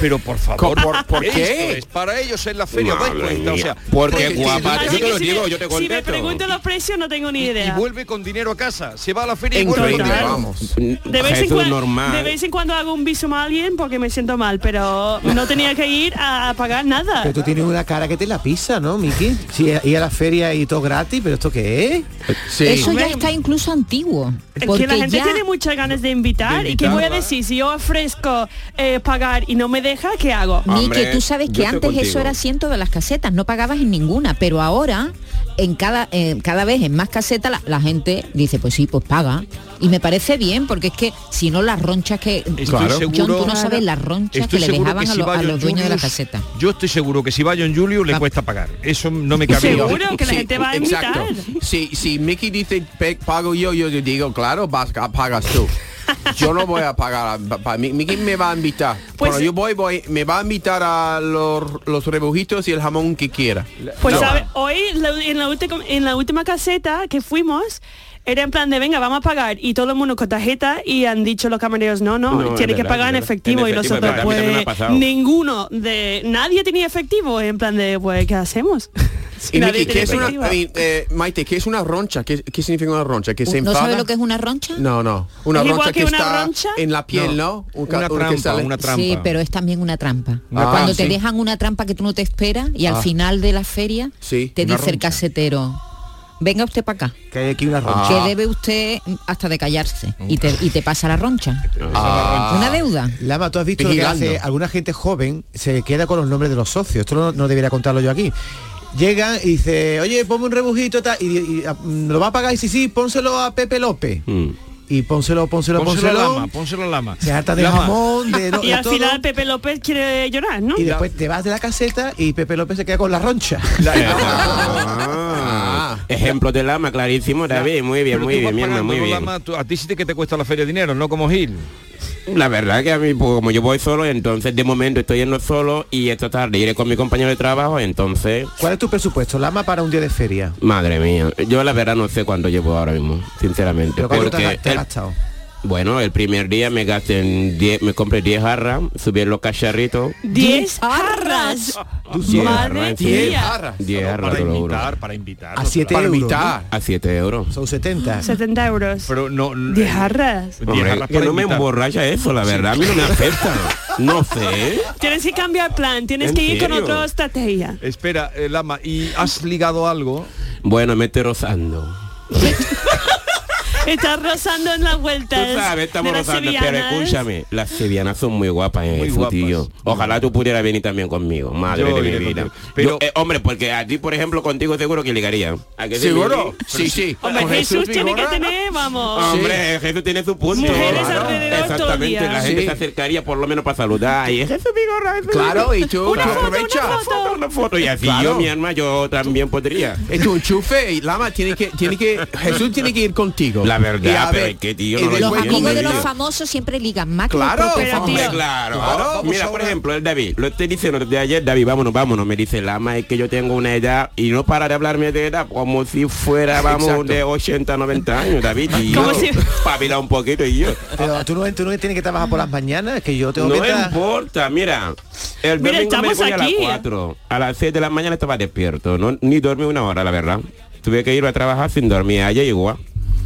Speaker 2: Pero por favor,
Speaker 7: ¿Por- por
Speaker 2: esto
Speaker 7: qué?
Speaker 2: Es para ellos en la feria, dais
Speaker 6: Madre
Speaker 2: cuenta, o
Speaker 6: mía.
Speaker 2: sea,
Speaker 6: porque,
Speaker 7: porque-
Speaker 6: guapa.
Speaker 3: Así
Speaker 6: Yo te
Speaker 3: que
Speaker 6: lo
Speaker 3: si
Speaker 6: digo,
Speaker 3: me-
Speaker 6: yo te
Speaker 3: Si me
Speaker 6: contesto.
Speaker 3: pregunto los precios no tengo ni
Speaker 2: y
Speaker 3: idea.
Speaker 2: vuelve con dinero a casa, se va a la feria y
Speaker 7: ¿En
Speaker 2: vuelve
Speaker 7: qué
Speaker 2: con
Speaker 3: total.
Speaker 2: dinero.
Speaker 7: vamos?
Speaker 3: De vez, en
Speaker 6: Jesús,
Speaker 3: cuan-
Speaker 6: normal.
Speaker 3: de vez en cuando hago un visum a alguien porque me siento mal, pero no tenía que ir a, a pagar nada.
Speaker 4: Pero tú tienes una cara que te la pisa, ¿no, Miki? Sí, ir a la feria y todo gratis, pero ¿esto qué es?
Speaker 7: Sí.
Speaker 8: Eso ya
Speaker 3: Hombre.
Speaker 8: está incluso antiguo.
Speaker 3: Es
Speaker 8: Porque
Speaker 3: que la gente
Speaker 8: ya...
Speaker 3: tiene muchas ganas de invitar,
Speaker 2: de
Speaker 3: y qué voy a
Speaker 2: invitar,
Speaker 3: decir si yo ofrezco eh, pagar y no me deja qué hago
Speaker 6: Ah,
Speaker 8: Ni
Speaker 6: Hombre,
Speaker 8: que tú sabes
Speaker 6: yo
Speaker 8: que
Speaker 6: estoy
Speaker 8: antes eso
Speaker 6: contigo.
Speaker 8: era así en todas las casetas, no pagabas en ninguna, pero ahora en cada eh, cada vez en más casetas la, la gente dice, pues sí, pues paga. Y me parece bien, porque es que si no las ronchas que...
Speaker 2: Estoy
Speaker 8: John,
Speaker 2: seguro-
Speaker 8: tú no sabes las ronchas que
Speaker 2: Estoy
Speaker 8: le
Speaker 2: seguro
Speaker 8: dejaban
Speaker 2: que
Speaker 8: a,
Speaker 2: si
Speaker 8: los-
Speaker 2: va
Speaker 8: a
Speaker 2: John
Speaker 8: los dueños de la
Speaker 2: Julius,
Speaker 8: caseta.
Speaker 2: Yo estoy seguro que si va John Julio le
Speaker 8: Va-
Speaker 2: cuesta pagar. Eso no me cabe. duda.
Speaker 3: Seguro que la gente va a invitar.
Speaker 7: Exacto. Si, si Mickey dice "Pe- pago yo, yo le digo, claro, vas, a- pagas tú. Yo no voy a pagar. a- pa- pa- Mi- Mickey me va a invitar.
Speaker 3: Pues-
Speaker 7: Cuando yo voy, voy, me va a invitar a los, los rebujitos y el jamón que quiera.
Speaker 3: pues
Speaker 7: No.
Speaker 3: ¿sabe? hoy la- en, la última, en la última caseta que fuimos era en plan de venga vamos a pagar y todo el mundo con tarjeta y han dicho los camareros no no,
Speaker 6: No, es
Speaker 3: tiene que
Speaker 6: verdad,
Speaker 3: pagar en
Speaker 6: es verdad.
Speaker 3: efectivo,
Speaker 6: En
Speaker 3: y
Speaker 6: efectivo, es
Speaker 3: nosotros
Speaker 6: verdad, a mí también me ha
Speaker 3: pues
Speaker 6: pasado.
Speaker 3: ninguno de nadie tenía efectivo en plan de pues qué hacemos Si
Speaker 7: Y
Speaker 3: nadie
Speaker 7: Mickey,
Speaker 3: tiene
Speaker 7: ¿qué es una,
Speaker 3: efectivo.
Speaker 7: I mean, eh, Maite, ¿qué es una roncha? ¿Qué, qué significa una roncha? ¿Que se
Speaker 8: Uh, ¿No
Speaker 7: enfada?
Speaker 8: sabes lo que es una roncha?
Speaker 7: No, no. Una
Speaker 3: ¿Es igual
Speaker 7: roncha
Speaker 3: que
Speaker 7: que,
Speaker 3: una
Speaker 7: está
Speaker 3: roncha?
Speaker 7: en la piel, ¿no? Un ca-
Speaker 2: Una
Speaker 7: un que
Speaker 2: trampa,
Speaker 7: sale-
Speaker 2: una trampa. Ah,
Speaker 8: Sí, pero es también una trampa.
Speaker 7: Una
Speaker 8: Cuando
Speaker 7: trampa,
Speaker 8: te
Speaker 7: sí.
Speaker 8: dejan una trampa que tú no te esperas y al final de la feria
Speaker 7: Sí,
Speaker 8: te
Speaker 7: una
Speaker 8: dice el
Speaker 7: roncha.
Speaker 8: casetero, venga usted para acá,
Speaker 4: Que hay aquí
Speaker 6: Ah.
Speaker 4: una roncha.
Speaker 8: que debe usted hasta de callarse y te, y te pasa la roncha.
Speaker 4: Ah.
Speaker 8: Una deuda.
Speaker 4: Lama, tú has visto lo que
Speaker 7: Vigilando.
Speaker 4: hace alguna gente joven se queda con los nombres de los socios. Esto no, no debería contarlo yo aquí. Llegan y dice, oye, ponme un rebujito tal", y, y, a- mm, lo va a pagar y sí, sí, pónselo a Pepe López. Y pónselo, pónselo,
Speaker 2: Pónselo
Speaker 4: pónselo.
Speaker 2: lama, pónselo lama.
Speaker 4: Se harta de
Speaker 2: Lama.
Speaker 4: jamón, de, no-
Speaker 3: y
Speaker 4: de
Speaker 3: al
Speaker 4: todo.
Speaker 3: final Pepe López quiere llorar, ¿no?
Speaker 4: Y después te vas de la caseta y Pepe López se queda con la roncha.
Speaker 6: Ah, Ejemplo de lama, clarísimo, David. Muy bien,
Speaker 2: Pero
Speaker 6: muy
Speaker 2: tú vas
Speaker 6: bien, mi hermano,
Speaker 2: pagando
Speaker 6: muy
Speaker 2: los
Speaker 6: bien.
Speaker 2: lamas, tú- a ti sí te- que te cuesta la feria dinero, no como Gil.
Speaker 6: La verdad que a mí, pues, como yo voy solo, entonces de momento estoy yendo solo y esta tarde iré con mi compañero de trabajo, entonces...
Speaker 4: ¿Cuál es tu presupuesto? Lama para un día de feria.
Speaker 6: Madre mía, yo la verdad no sé cuánto llevo ahora mismo, sinceramente.
Speaker 4: Pero ¿cuánto te
Speaker 6: Porque
Speaker 4: has- te has
Speaker 6: el-
Speaker 4: gastado?
Speaker 6: bueno, el primer día me gasté en 10, me compré 10 jarras, subí en los cacharritos.
Speaker 3: 10 jarras.
Speaker 6: Diez
Speaker 3: Madre
Speaker 6: jarras, sí.
Speaker 3: mía.
Speaker 6: Diez jarras, te lo juro.
Speaker 2: para invitar.
Speaker 4: A 7 euros. ¿no?
Speaker 6: A 7 euros.
Speaker 4: Son 70.
Speaker 3: 70 euros.
Speaker 2: Pero no... no-
Speaker 6: eh,
Speaker 3: 10 jarras.
Speaker 2: Diez
Speaker 6: Hombre,
Speaker 2: jarras
Speaker 6: que
Speaker 2: para
Speaker 6: no me
Speaker 2: invitar.
Speaker 6: emborracha eso, la verdad, a mí no me afecta. No sé.
Speaker 3: Tienes que cambiar plan, tienes
Speaker 6: ¿En
Speaker 3: que ir con
Speaker 6: serio?
Speaker 3: otra estrategia.
Speaker 2: Espera, eh, Lama, ¿y has ligado algo?
Speaker 6: Bueno, me estoy rozando.
Speaker 3: Estás rozando en las vueltas.
Speaker 6: Tú sabes, estamos
Speaker 3: de las
Speaker 6: rozando, pero
Speaker 3: sevillanas.
Speaker 6: escúchame, las sevillanas son muy guapas en
Speaker 2: Muy
Speaker 6: eso,
Speaker 2: guapas.
Speaker 6: tío. Ojalá tú pudieras venir también conmigo, madre
Speaker 2: Yo
Speaker 6: de
Speaker 2: iré
Speaker 6: mi vida.
Speaker 2: contigo. Pero-
Speaker 6: Yo, eh, hombre, porque a ti, por ejemplo, contigo seguro que ligaría. ¿A que sí,
Speaker 11: ¿Seguro?
Speaker 6: Miguel?
Speaker 11: Sí, sí.
Speaker 3: Hombre,
Speaker 11: Con
Speaker 3: Jesús tiene que
Speaker 11: Vigorra.
Speaker 3: tener, vamos.
Speaker 6: Hombre, Jesús tiene su punto.
Speaker 3: Mujeres
Speaker 6: Claro.
Speaker 3: alrededor todo el
Speaker 6: Exactamente,
Speaker 3: día.
Speaker 6: la gente
Speaker 11: Sí.
Speaker 6: se acercaría por lo menos para saludar. Y Jesús Vigorra, Jesús
Speaker 11: Claro, y tú
Speaker 3: Una
Speaker 11: tú
Speaker 3: foto, una
Speaker 11: aprovecha.
Speaker 3: foto.
Speaker 6: Vigorra, una foto. Y así
Speaker 11: Claro.
Speaker 6: yo, mi alma, yo también podría.
Speaker 11: Es tu enchufe y Lama tiene que, tiene que, Jesús tiene que ir contigo.
Speaker 6: La verdad,
Speaker 11: Y a
Speaker 6: pero
Speaker 11: ver,
Speaker 6: es que, tío,
Speaker 11: y
Speaker 6: no lo
Speaker 7: Los
Speaker 11: después-
Speaker 6: entiendo,
Speaker 7: amigos de los
Speaker 6: tío.
Speaker 7: famosos siempre ligan más que los
Speaker 11: Claro,
Speaker 7: propios
Speaker 3: pero, tío,
Speaker 7: famosos.
Speaker 6: Hombre, claro.
Speaker 11: Claro,
Speaker 6: Mira,
Speaker 11: vamos
Speaker 6: por
Speaker 11: ahora.
Speaker 6: ejemplo, el David, lo estoy diciendo desde ayer, David, vámonos, vámonos. Me dice, Lama, es que yo tengo una edad y no para de hablarme de edad como si fuera, vamos,
Speaker 11: Exacto.
Speaker 6: de 80, 90 años, David. Y
Speaker 3: Como
Speaker 6: yo,
Speaker 3: si-
Speaker 6: pabila un poquito y yo.
Speaker 4: Pero tú no, tú no tienes que trabajar por las mañanas, que yo tengo
Speaker 6: No
Speaker 4: que tra-
Speaker 6: importa, mira. El
Speaker 3: Mira,
Speaker 6: domingo me
Speaker 3: estamos
Speaker 6: voy a las
Speaker 3: aquí.
Speaker 6: 4. A las 6 de la mañana estaba despierto. No, ni dormí una hora, la verdad. Tuve que ir a trabajar sin dormir. Allá igual.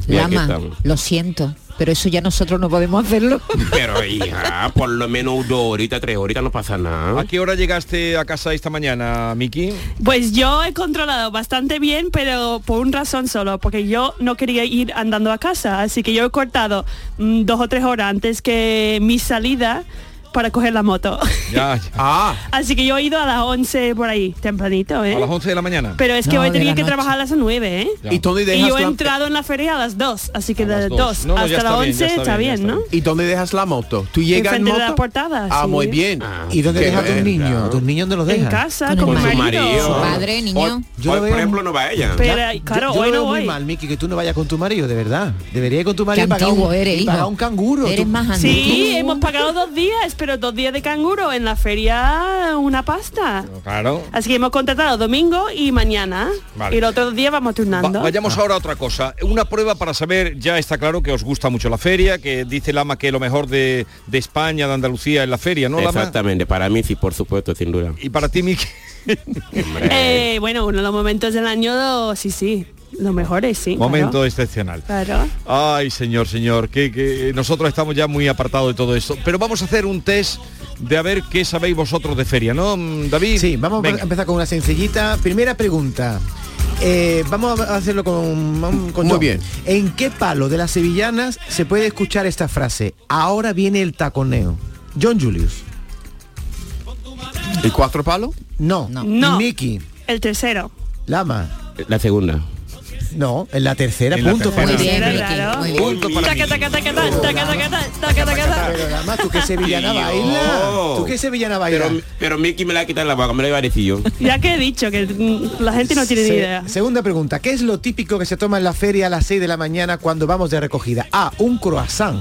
Speaker 6: Y aquí
Speaker 7: Lama,
Speaker 6: estamos.
Speaker 7: lo siento, pero eso ya nosotros no podemos hacerlo.
Speaker 6: Pero hija, por lo menos dos horitas, tres horitas no pasa
Speaker 2: ¿A
Speaker 6: nada.
Speaker 2: qué hora llegaste a casa esta mañana, Miki?
Speaker 3: Pues yo he controlado bastante bien, pero por un razón solo, porque yo no quería ir andando a casa, así que yo he cortado mm, dos o tres horas antes que mi salida para coger la moto.
Speaker 2: Ya,
Speaker 11: Ah,
Speaker 3: así que yo he ido a las 11 por ahí, tempranito, ¿eh?
Speaker 2: a las 11 de la mañana.
Speaker 3: Pero es que
Speaker 7: No,
Speaker 3: hoy
Speaker 7: de
Speaker 3: tenía
Speaker 7: la
Speaker 3: que
Speaker 7: noche.
Speaker 3: trabajar a las 9, ¿eh?
Speaker 2: Ya.
Speaker 11: ¿y dónde
Speaker 3: Y
Speaker 11: dejas
Speaker 3: yo he
Speaker 11: la-
Speaker 3: entrado en la feria a las dos, así que
Speaker 2: A
Speaker 3: de
Speaker 2: las
Speaker 3: las
Speaker 2: dos.
Speaker 3: 2
Speaker 2: No, no, ya
Speaker 3: hasta
Speaker 2: está
Speaker 3: las
Speaker 2: bien, ya
Speaker 3: 11
Speaker 2: está
Speaker 3: está
Speaker 2: bien, ya
Speaker 3: bien, ¿no?
Speaker 2: está
Speaker 11: ¿Y dónde dejas la moto? ¿Tú llegas en
Speaker 3: Enfrente de la
Speaker 11: moto?
Speaker 3: portada,
Speaker 11: Ah,
Speaker 3: sí.
Speaker 11: muy bien.
Speaker 4: ¿Y dónde
Speaker 11: Qué
Speaker 4: dejas a tus
Speaker 11: bien,
Speaker 4: niños?
Speaker 11: claro.
Speaker 4: ¿Tus niños dónde los
Speaker 3: En
Speaker 4: dejas?
Speaker 3: casa
Speaker 7: Con
Speaker 3: con,
Speaker 7: el
Speaker 3: mi
Speaker 7: marido.
Speaker 3: marido.
Speaker 7: Su padre, niño.
Speaker 6: Hoy,
Speaker 4: Yo
Speaker 6: hoy,
Speaker 4: lo
Speaker 6: por
Speaker 4: veo-
Speaker 6: ejemplo, no va ella.
Speaker 3: Pero claro,
Speaker 4: yo, yo
Speaker 3: hoy
Speaker 4: lo
Speaker 3: no
Speaker 4: veo muy
Speaker 3: voy.
Speaker 4: mal, Miki, que tú no vayas con tu marido, de verdad. Debería ir con tu
Speaker 7: Qué
Speaker 4: marido y pagar
Speaker 7: antiguo
Speaker 4: un,
Speaker 7: eres,
Speaker 4: y pagar
Speaker 7: hija.
Speaker 4: un canguro.
Speaker 7: Eres
Speaker 4: Tú-
Speaker 7: más antiguo.
Speaker 3: Sí, hemos pagado dos días, pero dos días de canguro en la feria, una pasta.
Speaker 2: Claro.
Speaker 3: Así que hemos contratado domingo y mañana.
Speaker 2: Vale.
Speaker 3: Y los otros días vamos
Speaker 2: Va-
Speaker 3: turnando.
Speaker 4: Ah.
Speaker 2: vayamos ahora a otra cosa. Una prueba para saber, ya está claro que os gusta mucho la feria, que dice Lama que lo mejor de, de España, de Andalucía es la feria, ¿no, Lama?
Speaker 6: Exactamente, para mí sí, por supuesto, sin duda.
Speaker 2: Y para ti, Miki,
Speaker 6: Hombre,
Speaker 3: Eh, bueno, uno de los momentos del año, sí, sí. Los mejores,
Speaker 4: Eh,
Speaker 3: sí. claro.
Speaker 2: momento excepcional.
Speaker 3: Claro.
Speaker 2: Ay, señor, señor, que, que nosotros estamos ya muy apartados de todo esto. Pero vamos a hacer un test de a ver qué sabéis vosotros de feria, ¿no, mm, David?
Speaker 4: Sí, vamos
Speaker 2: Venga.
Speaker 4: a empezar con una sencillita. Primera pregunta. Eh, vamos a hacerlo con, con
Speaker 11: Muy
Speaker 4: John.
Speaker 11: bien.
Speaker 4: ¿En qué palo de las sevillanas se puede escuchar esta frase? Ahora viene el taconeo. John Julius.
Speaker 11: ¿El cuatro palo?
Speaker 4: No.
Speaker 3: No.
Speaker 4: Miki.
Speaker 3: El tercero.
Speaker 4: Lama.
Speaker 6: La segunda.
Speaker 4: No. En la tercera.
Speaker 2: En la
Speaker 4: punto. pues.
Speaker 2: tercera.
Speaker 7: Muy
Speaker 4: para ti.
Speaker 7: bien,
Speaker 3: Era
Speaker 7: Ricky,
Speaker 3: raro.
Speaker 7: muy bien.
Speaker 2: Punto para
Speaker 3: Taca,
Speaker 2: Miki.
Speaker 3: taca, taca, taca, taca, taca, taca, taca, taca.
Speaker 4: Pero Lama, tú qué sevillana
Speaker 6: Tío.
Speaker 4: baila. Tú qué sevillana baila.
Speaker 6: Pero, pero Mickey me la quita en la boca, me la iba a decir yo.
Speaker 3: Ya que he dicho que mm, la gente no tiene ni
Speaker 4: Se-
Speaker 3: idea.
Speaker 4: Segunda pregunta, ¿qué es lo típico que se toma en la feria a las 6 de la mañana cuando vamos de recogida? A, un croissant.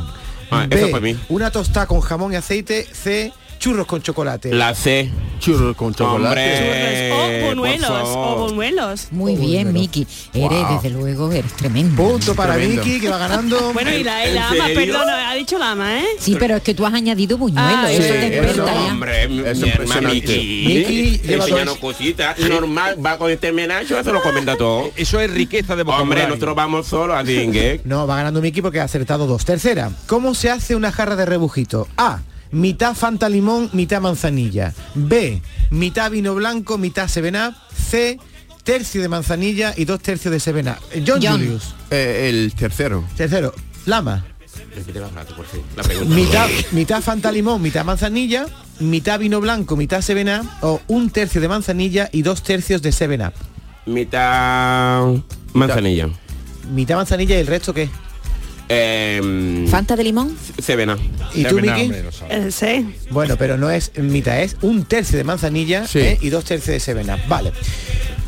Speaker 6: Ah,
Speaker 4: B,
Speaker 6: eso fue mí.
Speaker 4: una tostada con jamón y aceite. C, churros con chocolate.
Speaker 6: La C.
Speaker 11: Churro con
Speaker 6: Hombre.
Speaker 3: Churros, o
Speaker 6: por
Speaker 3: buñuelos, oh,
Speaker 6: favor.
Speaker 3: o buñuelos.
Speaker 7: Muy bien, Miki. Eres, desde luego, eres tremendo.
Speaker 4: Punto para
Speaker 11: Tremendo.
Speaker 4: Vicky que va ganando.
Speaker 3: Bueno, y la, y la
Speaker 6: ¿En
Speaker 3: ama,
Speaker 6: serio?
Speaker 3: perdona, ha dicho la ama, ¿eh?
Speaker 7: Sí, pero es que tú has añadido buñuelos,
Speaker 3: Ah,
Speaker 7: eso
Speaker 3: sí,
Speaker 7: te
Speaker 11: eso,
Speaker 7: cuenta ya.
Speaker 6: Hombre, mi- mi
Speaker 11: Es
Speaker 6: hermano
Speaker 11: impresionante.
Speaker 6: Mickey.
Speaker 4: lleva dos-
Speaker 6: Enseñanos cositas. Normal, va con este menacho, eso lo comenta todo.
Speaker 2: Eso es riqueza de vocabulario.
Speaker 6: Hombre, nosotros vamos solos a Dingue.
Speaker 4: No, va ganando Miki porque ha acertado dos. Tercera, ¿cómo se hace una jarra de rebujito? A, mitad Fanta limón, mitad manzanilla. B, mitad vino blanco, mitad Seven Up. C, tercio de manzanilla y dos tercios de Seven Up. John,
Speaker 7: John.
Speaker 4: Julius.
Speaker 11: Eh, el tercero.
Speaker 4: Tercero, Lama.
Speaker 6: Repite más rato, por fin, la pregunta.
Speaker 4: mitad, mitad Fanta limón, mitad manzanilla. mitad vino blanco, mitad 7-Up o un tercio de manzanilla y dos tercios de 7-Up.
Speaker 6: Mitad manzanilla.
Speaker 4: Mitad manzanilla y el resto qué?
Speaker 6: Eh,
Speaker 8: ¿Fanta de limón?
Speaker 6: Sevena.
Speaker 4: ¿Y tú, Miki?
Speaker 3: Eh, sí.
Speaker 4: Bueno, pero no es mitad, es un tercio de manzanilla
Speaker 7: Sí.
Speaker 4: ¿eh? y dos tercios de sevena. Vale.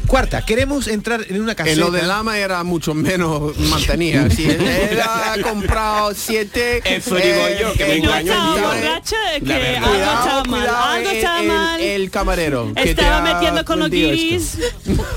Speaker 4: Cuarta, queremos entrar en una caseta.
Speaker 7: En lo de lama era mucho menos mantenía. Si era comprado siete.
Speaker 6: Eso digo yo, que me
Speaker 7: eh,
Speaker 3: No
Speaker 6: engañó el tío,
Speaker 3: estaba
Speaker 7: cuidado,
Speaker 6: eh.
Speaker 3: borracha, es que
Speaker 6: La verdad.
Speaker 3: algo estaba mal,
Speaker 7: cuidado,
Speaker 3: algo
Speaker 7: el-
Speaker 3: estaba
Speaker 7: el-
Speaker 3: mal.
Speaker 7: El, camarero. que te
Speaker 3: estaba
Speaker 7: ha
Speaker 3: metiendo con los
Speaker 7: vendido esto.
Speaker 3: guiris.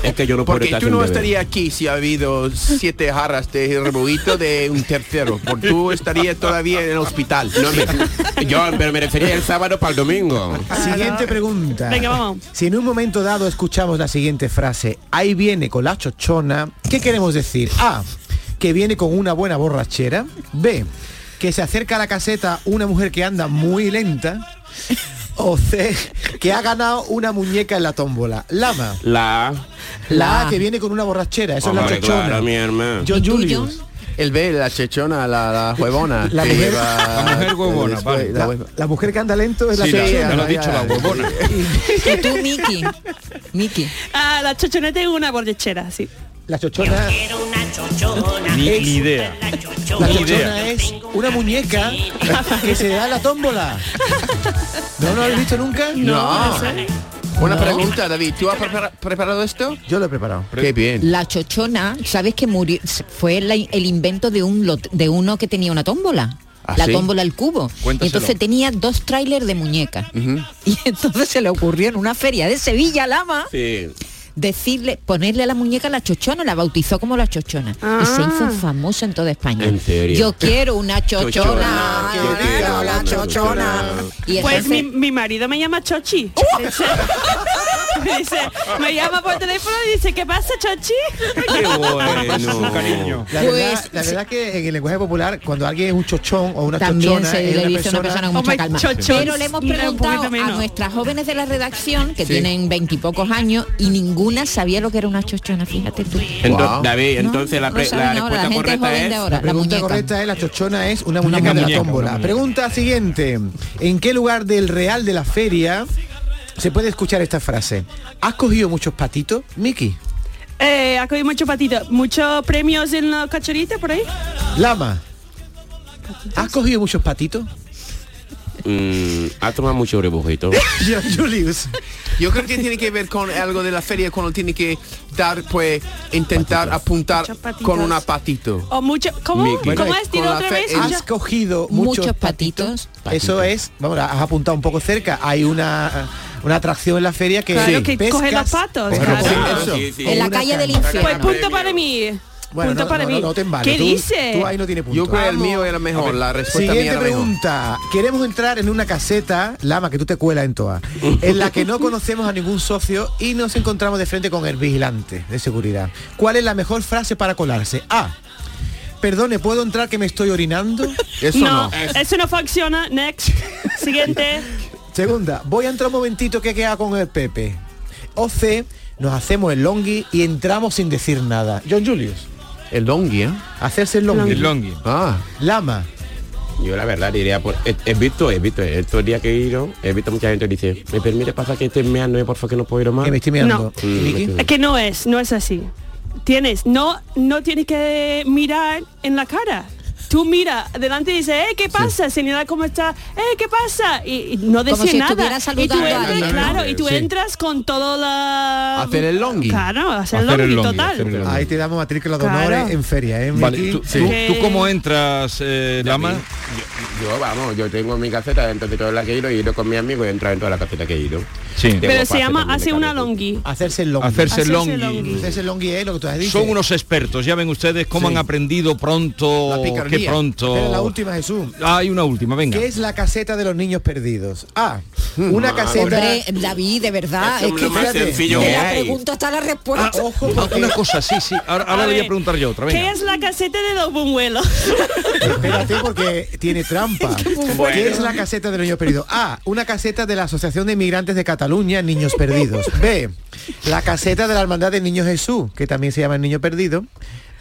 Speaker 6: Es que yo no puedo
Speaker 7: Porque
Speaker 6: estar
Speaker 7: tú
Speaker 6: sin
Speaker 7: no
Speaker 6: beber.
Speaker 7: estarías aquí si ha habido siete jarras de rebujito de un tercero. Por tú estarías todavía en el hospital.
Speaker 6: No, me- yo, pero me refería el sábado para el domingo.
Speaker 4: Siguiente pregunta.
Speaker 3: Venga, vamos.
Speaker 4: Si en un momento dado escuchamos la siguiente frase, ahí viene con la chochona, ¿qué queremos decir? A, que viene con una buena borrachera. B, que se acerca a la caseta una mujer que anda muy lenta. O C, que ha ganado una muñeca en la tómbola. Lama.
Speaker 6: La...
Speaker 4: La A que viene con una borrachera, eso es la
Speaker 6: Hombre,
Speaker 4: chochona.
Speaker 6: claro, mi hermano.
Speaker 4: John
Speaker 8: ¿Y tú,
Speaker 4: Julius.
Speaker 8: John?
Speaker 7: El B, la chechona, la, la huevona.
Speaker 4: La
Speaker 7: que
Speaker 4: mujer-
Speaker 7: lleva-
Speaker 2: La mujer huevona,
Speaker 7: después-
Speaker 2: vale.
Speaker 7: la
Speaker 4: La,
Speaker 7: hueva-
Speaker 4: la mujer que anda lento es la
Speaker 2: Sí, la-
Speaker 4: chochona.
Speaker 2: ya lo has
Speaker 7: ya,
Speaker 2: dicho, la
Speaker 7: ya.
Speaker 2: huevona.
Speaker 8: ¿Y tú, Miki? Miki.
Speaker 3: Ah, la chochoneta y una borrachera, sí.
Speaker 4: La chochona.
Speaker 2: Ni,
Speaker 4: Es-
Speaker 2: ni idea.
Speaker 4: La
Speaker 2: Ni
Speaker 4: chochona
Speaker 2: idea.
Speaker 4: es una muñeca que se da en la tómbola. ¿No lo habéis visto nunca?
Speaker 7: No. Una
Speaker 8: No.
Speaker 7: pregunta, David. ¿Tú has prepara- preparado esto?
Speaker 4: Yo lo he preparado.
Speaker 7: Qué bien.
Speaker 8: La chochona, ¿sabes que murió? Fue la- el invento de un lot- de uno que tenía una tómbola.
Speaker 7: ¿Ah,
Speaker 8: la
Speaker 7: sí?
Speaker 8: tómbola al cubo.
Speaker 2: Cuéntaselo.
Speaker 8: Y entonces tenía dos trailers de muñecas. Y entonces se le ocurrió en una feria de Sevilla, Lama,
Speaker 6: Sí.
Speaker 8: decirle, ponerle a la muñeca la chochona, la bautizó como la chochona. Y se hizo famosa en toda España.
Speaker 6: En serio.
Speaker 8: Yo quiero una chochona.
Speaker 6: Chochona, yo quiero
Speaker 8: la
Speaker 6: una chochona.
Speaker 8: Y ¡Uh!
Speaker 3: Pues mi,
Speaker 8: entonces-
Speaker 3: mi marido me llama Chochi. Dice- dice, me llama por teléfono y dice, ¿qué pasa, Chochi?
Speaker 6: Qué bueno.
Speaker 2: Su cariño.
Speaker 4: La,
Speaker 8: Pues,
Speaker 4: verdad, la verdad que en el lenguaje popular, cuando alguien es un chochón o una
Speaker 8: También
Speaker 4: chochona,
Speaker 8: se
Speaker 4: es
Speaker 8: le
Speaker 4: una
Speaker 8: dice a una persona con
Speaker 3: Oh
Speaker 8: mucha
Speaker 3: my
Speaker 8: calma.
Speaker 3: chochos.
Speaker 8: Pero le hemos
Speaker 3: Un
Speaker 8: preguntado
Speaker 3: poquito
Speaker 8: a
Speaker 3: menos.
Speaker 8: nuestras jóvenes de la redacción, que tienen veintipocos años, y ninguna sabía lo que era una chochona, fíjate tú.
Speaker 6: Ento-
Speaker 7: Wow.
Speaker 6: David,
Speaker 8: No,
Speaker 6: entonces la,
Speaker 8: no
Speaker 6: pre-
Speaker 8: saben
Speaker 6: la
Speaker 8: ahora,
Speaker 6: respuesta
Speaker 8: gente
Speaker 6: correcta
Speaker 8: joven de
Speaker 6: es...
Speaker 8: ahora,
Speaker 4: La pregunta
Speaker 8: muñeca.
Speaker 4: correcta es la chochona es una muñeca de la
Speaker 2: muñeca,
Speaker 4: tómbola.
Speaker 2: una muñeca.
Speaker 4: Pregunta siguiente. ¿En qué lugar del Real de la Feria se puede escuchar esta frase? ¿Has cogido muchos patitos, Miki?
Speaker 3: Eh, ha cogido mucho patito. Muchos premios en la cachorita por ahí.
Speaker 4: Lama. ¿Has cogido muchos patitos?
Speaker 6: Mm, ha tomado mucho rebujito.
Speaker 4: John Julius.
Speaker 7: Yo creo que tiene que ver con algo de la feria cuando tiene que dar, pues, intentar apuntar
Speaker 3: Muchos patitos.
Speaker 7: con una patito.
Speaker 3: O mucho. ¿Cómo?
Speaker 6: Mickey.
Speaker 3: ¿Cómo es? Dilo
Speaker 7: Con la
Speaker 3: otra
Speaker 7: fe-
Speaker 3: vez.
Speaker 7: Ah,
Speaker 4: ¿Has cogido muchos,
Speaker 8: Muchos patitos.
Speaker 4: Eso es, vamos, has apuntado un poco cerca. Hay una, una atracción en la feria que,
Speaker 3: Claro, que coge los patos,
Speaker 4: pescas
Speaker 3: claro.
Speaker 4: con-
Speaker 7: Eso.
Speaker 6: Sí, sí.
Speaker 8: En la
Speaker 4: una
Speaker 8: calle del
Speaker 4: canasta.
Speaker 3: Pues
Speaker 8: infierno.
Speaker 3: punto para mí.
Speaker 4: Bueno,
Speaker 3: punto
Speaker 4: no,
Speaker 3: para
Speaker 4: no,
Speaker 3: mí.
Speaker 4: no, no te embales.
Speaker 3: ¿Qué
Speaker 4: Tú-
Speaker 3: dice?
Speaker 4: Tú ahí no tienes punto.
Speaker 7: Yo creo que el mío era mejor, la respuesta mía
Speaker 4: Siguiente
Speaker 7: era mejor.
Speaker 4: pregunta. Queremos entrar en una caseta, Lama, que tú te cuelas en toa, en la que no conocemos a ningún socio y nos encontramos de frente con el vigilante de seguridad. ¿Cuál es la mejor frase para colarse? A. Perdone, ¿puedo entrar que me estoy orinando?
Speaker 7: Eso
Speaker 3: no,
Speaker 7: no.
Speaker 3: eso no funciona. ¿eh? Next. Siguiente.
Speaker 4: Segunda, voy a entrar un momentito que queda con el Pepe. O C, nos hacemos el longi y entramos sin decir nada. John Julius,
Speaker 7: El dongui, ¿eh?
Speaker 4: hacerse el longi.
Speaker 2: El longi.
Speaker 7: Ah.
Speaker 4: Lama,
Speaker 6: Yo la verdad diría, por, he, he visto, he visto, estos días que he ido, he visto mucha gente que dice, ¿me permite pasar que esté meando, eh, por favor, que no puedo ir más?
Speaker 4: que me estoy mirando.
Speaker 6: "Mm, No.
Speaker 4: ¿Y Vicky?
Speaker 3: Es que no es, no es así. Tienes, no, no tienes que mirar en la cara. Tú mira adelante y dices, eh, ¿qué pasa? Señora, ¿cómo está? Eh, ¿qué pasa? Y, y no
Speaker 8: Como
Speaker 3: decir
Speaker 8: si
Speaker 3: nada.
Speaker 8: estuviera
Speaker 3: y tú
Speaker 8: saludando a
Speaker 3: entras,
Speaker 8: alguien,
Speaker 3: claro, y tú
Speaker 2: Sí.
Speaker 3: entras con todo la...
Speaker 7: Hacer el longi.
Speaker 3: Claro, hacer el
Speaker 2: Hacer el
Speaker 3: longi,
Speaker 2: longi,
Speaker 3: total.
Speaker 2: hacer el longi.
Speaker 4: Ahí te damos matrícula de
Speaker 3: Claro.
Speaker 4: honores en feria, ¿eh?
Speaker 2: Vale,
Speaker 4: Vicky?
Speaker 2: ¿tú,
Speaker 7: Sí.
Speaker 2: tú-
Speaker 3: Que-
Speaker 2: tú cómo entras, eh, Lama?
Speaker 6: Yo, yo, vamos, yo tengo mi caseta dentro de todas las que he ido, he ido con mi amigo y he entrado en toda la caseta que he ido.
Speaker 2: Sí.
Speaker 6: Tengo
Speaker 3: Pero se
Speaker 6: pase
Speaker 3: llama
Speaker 6: también de
Speaker 3: hace una
Speaker 6: cabeza.
Speaker 3: longi.
Speaker 4: Hacerse el longi.
Speaker 2: Hacerse
Speaker 3: Hacerse
Speaker 2: longi.
Speaker 3: longi.
Speaker 4: Hacerse el longi es lo que tú has dicho.
Speaker 2: Son unos expertos, ya ven ustedes cómo
Speaker 4: Sí.
Speaker 2: han aprendido pronto,
Speaker 7: La picardía.
Speaker 2: qué pronto. Ah,
Speaker 4: Pero la última, Jesús.
Speaker 2: Hay una última, venga. Hmm.
Speaker 4: ¿Qué es la caseta de los niños perdidos? A. Ah,
Speaker 2: Ah,
Speaker 4: Una caseta...
Speaker 8: Hombre, David, de verdad,
Speaker 6: Eso
Speaker 8: es
Speaker 6: es
Speaker 8: que
Speaker 6: lo más
Speaker 8: fíjate,
Speaker 6: sencillo
Speaker 8: de
Speaker 6: que
Speaker 8: la
Speaker 6: hay.
Speaker 8: pregunta está la
Speaker 4: Ah,
Speaker 8: respuesta.
Speaker 4: ojo,
Speaker 2: Ah,
Speaker 4: porque...
Speaker 2: Una cosa, sí, sí. Ahora, ahora
Speaker 3: A
Speaker 2: le voy a
Speaker 3: ver,
Speaker 2: preguntar yo otra, venga.
Speaker 3: ¿Qué es la caseta de los buñuelos?
Speaker 4: Espérate porque tiene trampa. ¿Qué es la caseta de los niños perdidos? A. Una caseta de la Asociación de Inmigrantes de Cataluña, Niños Perdidos. B. La caseta de la Hermandad de Niños Jesús, que también se llama Niño Perdido.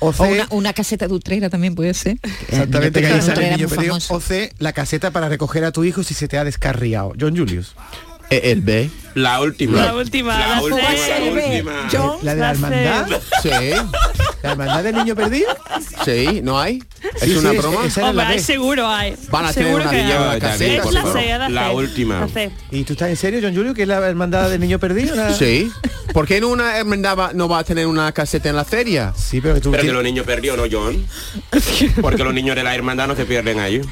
Speaker 4: O C, Eh,
Speaker 12: una, una caseta de Utrera también puede ser.
Speaker 4: exactamente, que
Speaker 12: Niño perdido,
Speaker 4: ahí sale
Speaker 12: Utrera
Speaker 4: el niño
Speaker 12: muy
Speaker 4: perdido.
Speaker 12: famoso.
Speaker 4: O C, la caseta para recoger a tu hijo si se te ha descarriado. John Julius.
Speaker 7: Eh, El B.
Speaker 6: La última.
Speaker 3: La última, la,
Speaker 6: La última,
Speaker 3: C.
Speaker 6: la última.
Speaker 12: Yo,
Speaker 4: La de la
Speaker 3: La C.
Speaker 4: hermandad.
Speaker 7: Sí,
Speaker 4: La hermandad del niño perdido.
Speaker 7: sí, no hay. Es
Speaker 4: Sí,
Speaker 7: una
Speaker 4: sí,
Speaker 7: broma.
Speaker 4: esa era
Speaker 3: Hombre,
Speaker 4: la
Speaker 3: hay,
Speaker 4: B.
Speaker 3: seguro hay.
Speaker 7: Van a tener
Speaker 3: seguro
Speaker 7: una
Speaker 3: que
Speaker 6: villa
Speaker 3: hay.
Speaker 6: de David,
Speaker 3: Es
Speaker 6: por
Speaker 3: la
Speaker 6: favor.
Speaker 3: C, la C.
Speaker 6: La última.
Speaker 3: La C.
Speaker 4: ¿Y tú estás en serio, John Julio, que es la hermandad del niño perdido? La-
Speaker 7: Sí. ¿Por qué en una hermandad va- no va a tener una caseta en la feria?
Speaker 4: Sí, pero que tú
Speaker 6: Pero que
Speaker 4: tienes-
Speaker 6: los niños perdió, ¿no, John? Porque los niños de la hermandad no se pierden ahí.
Speaker 3: No.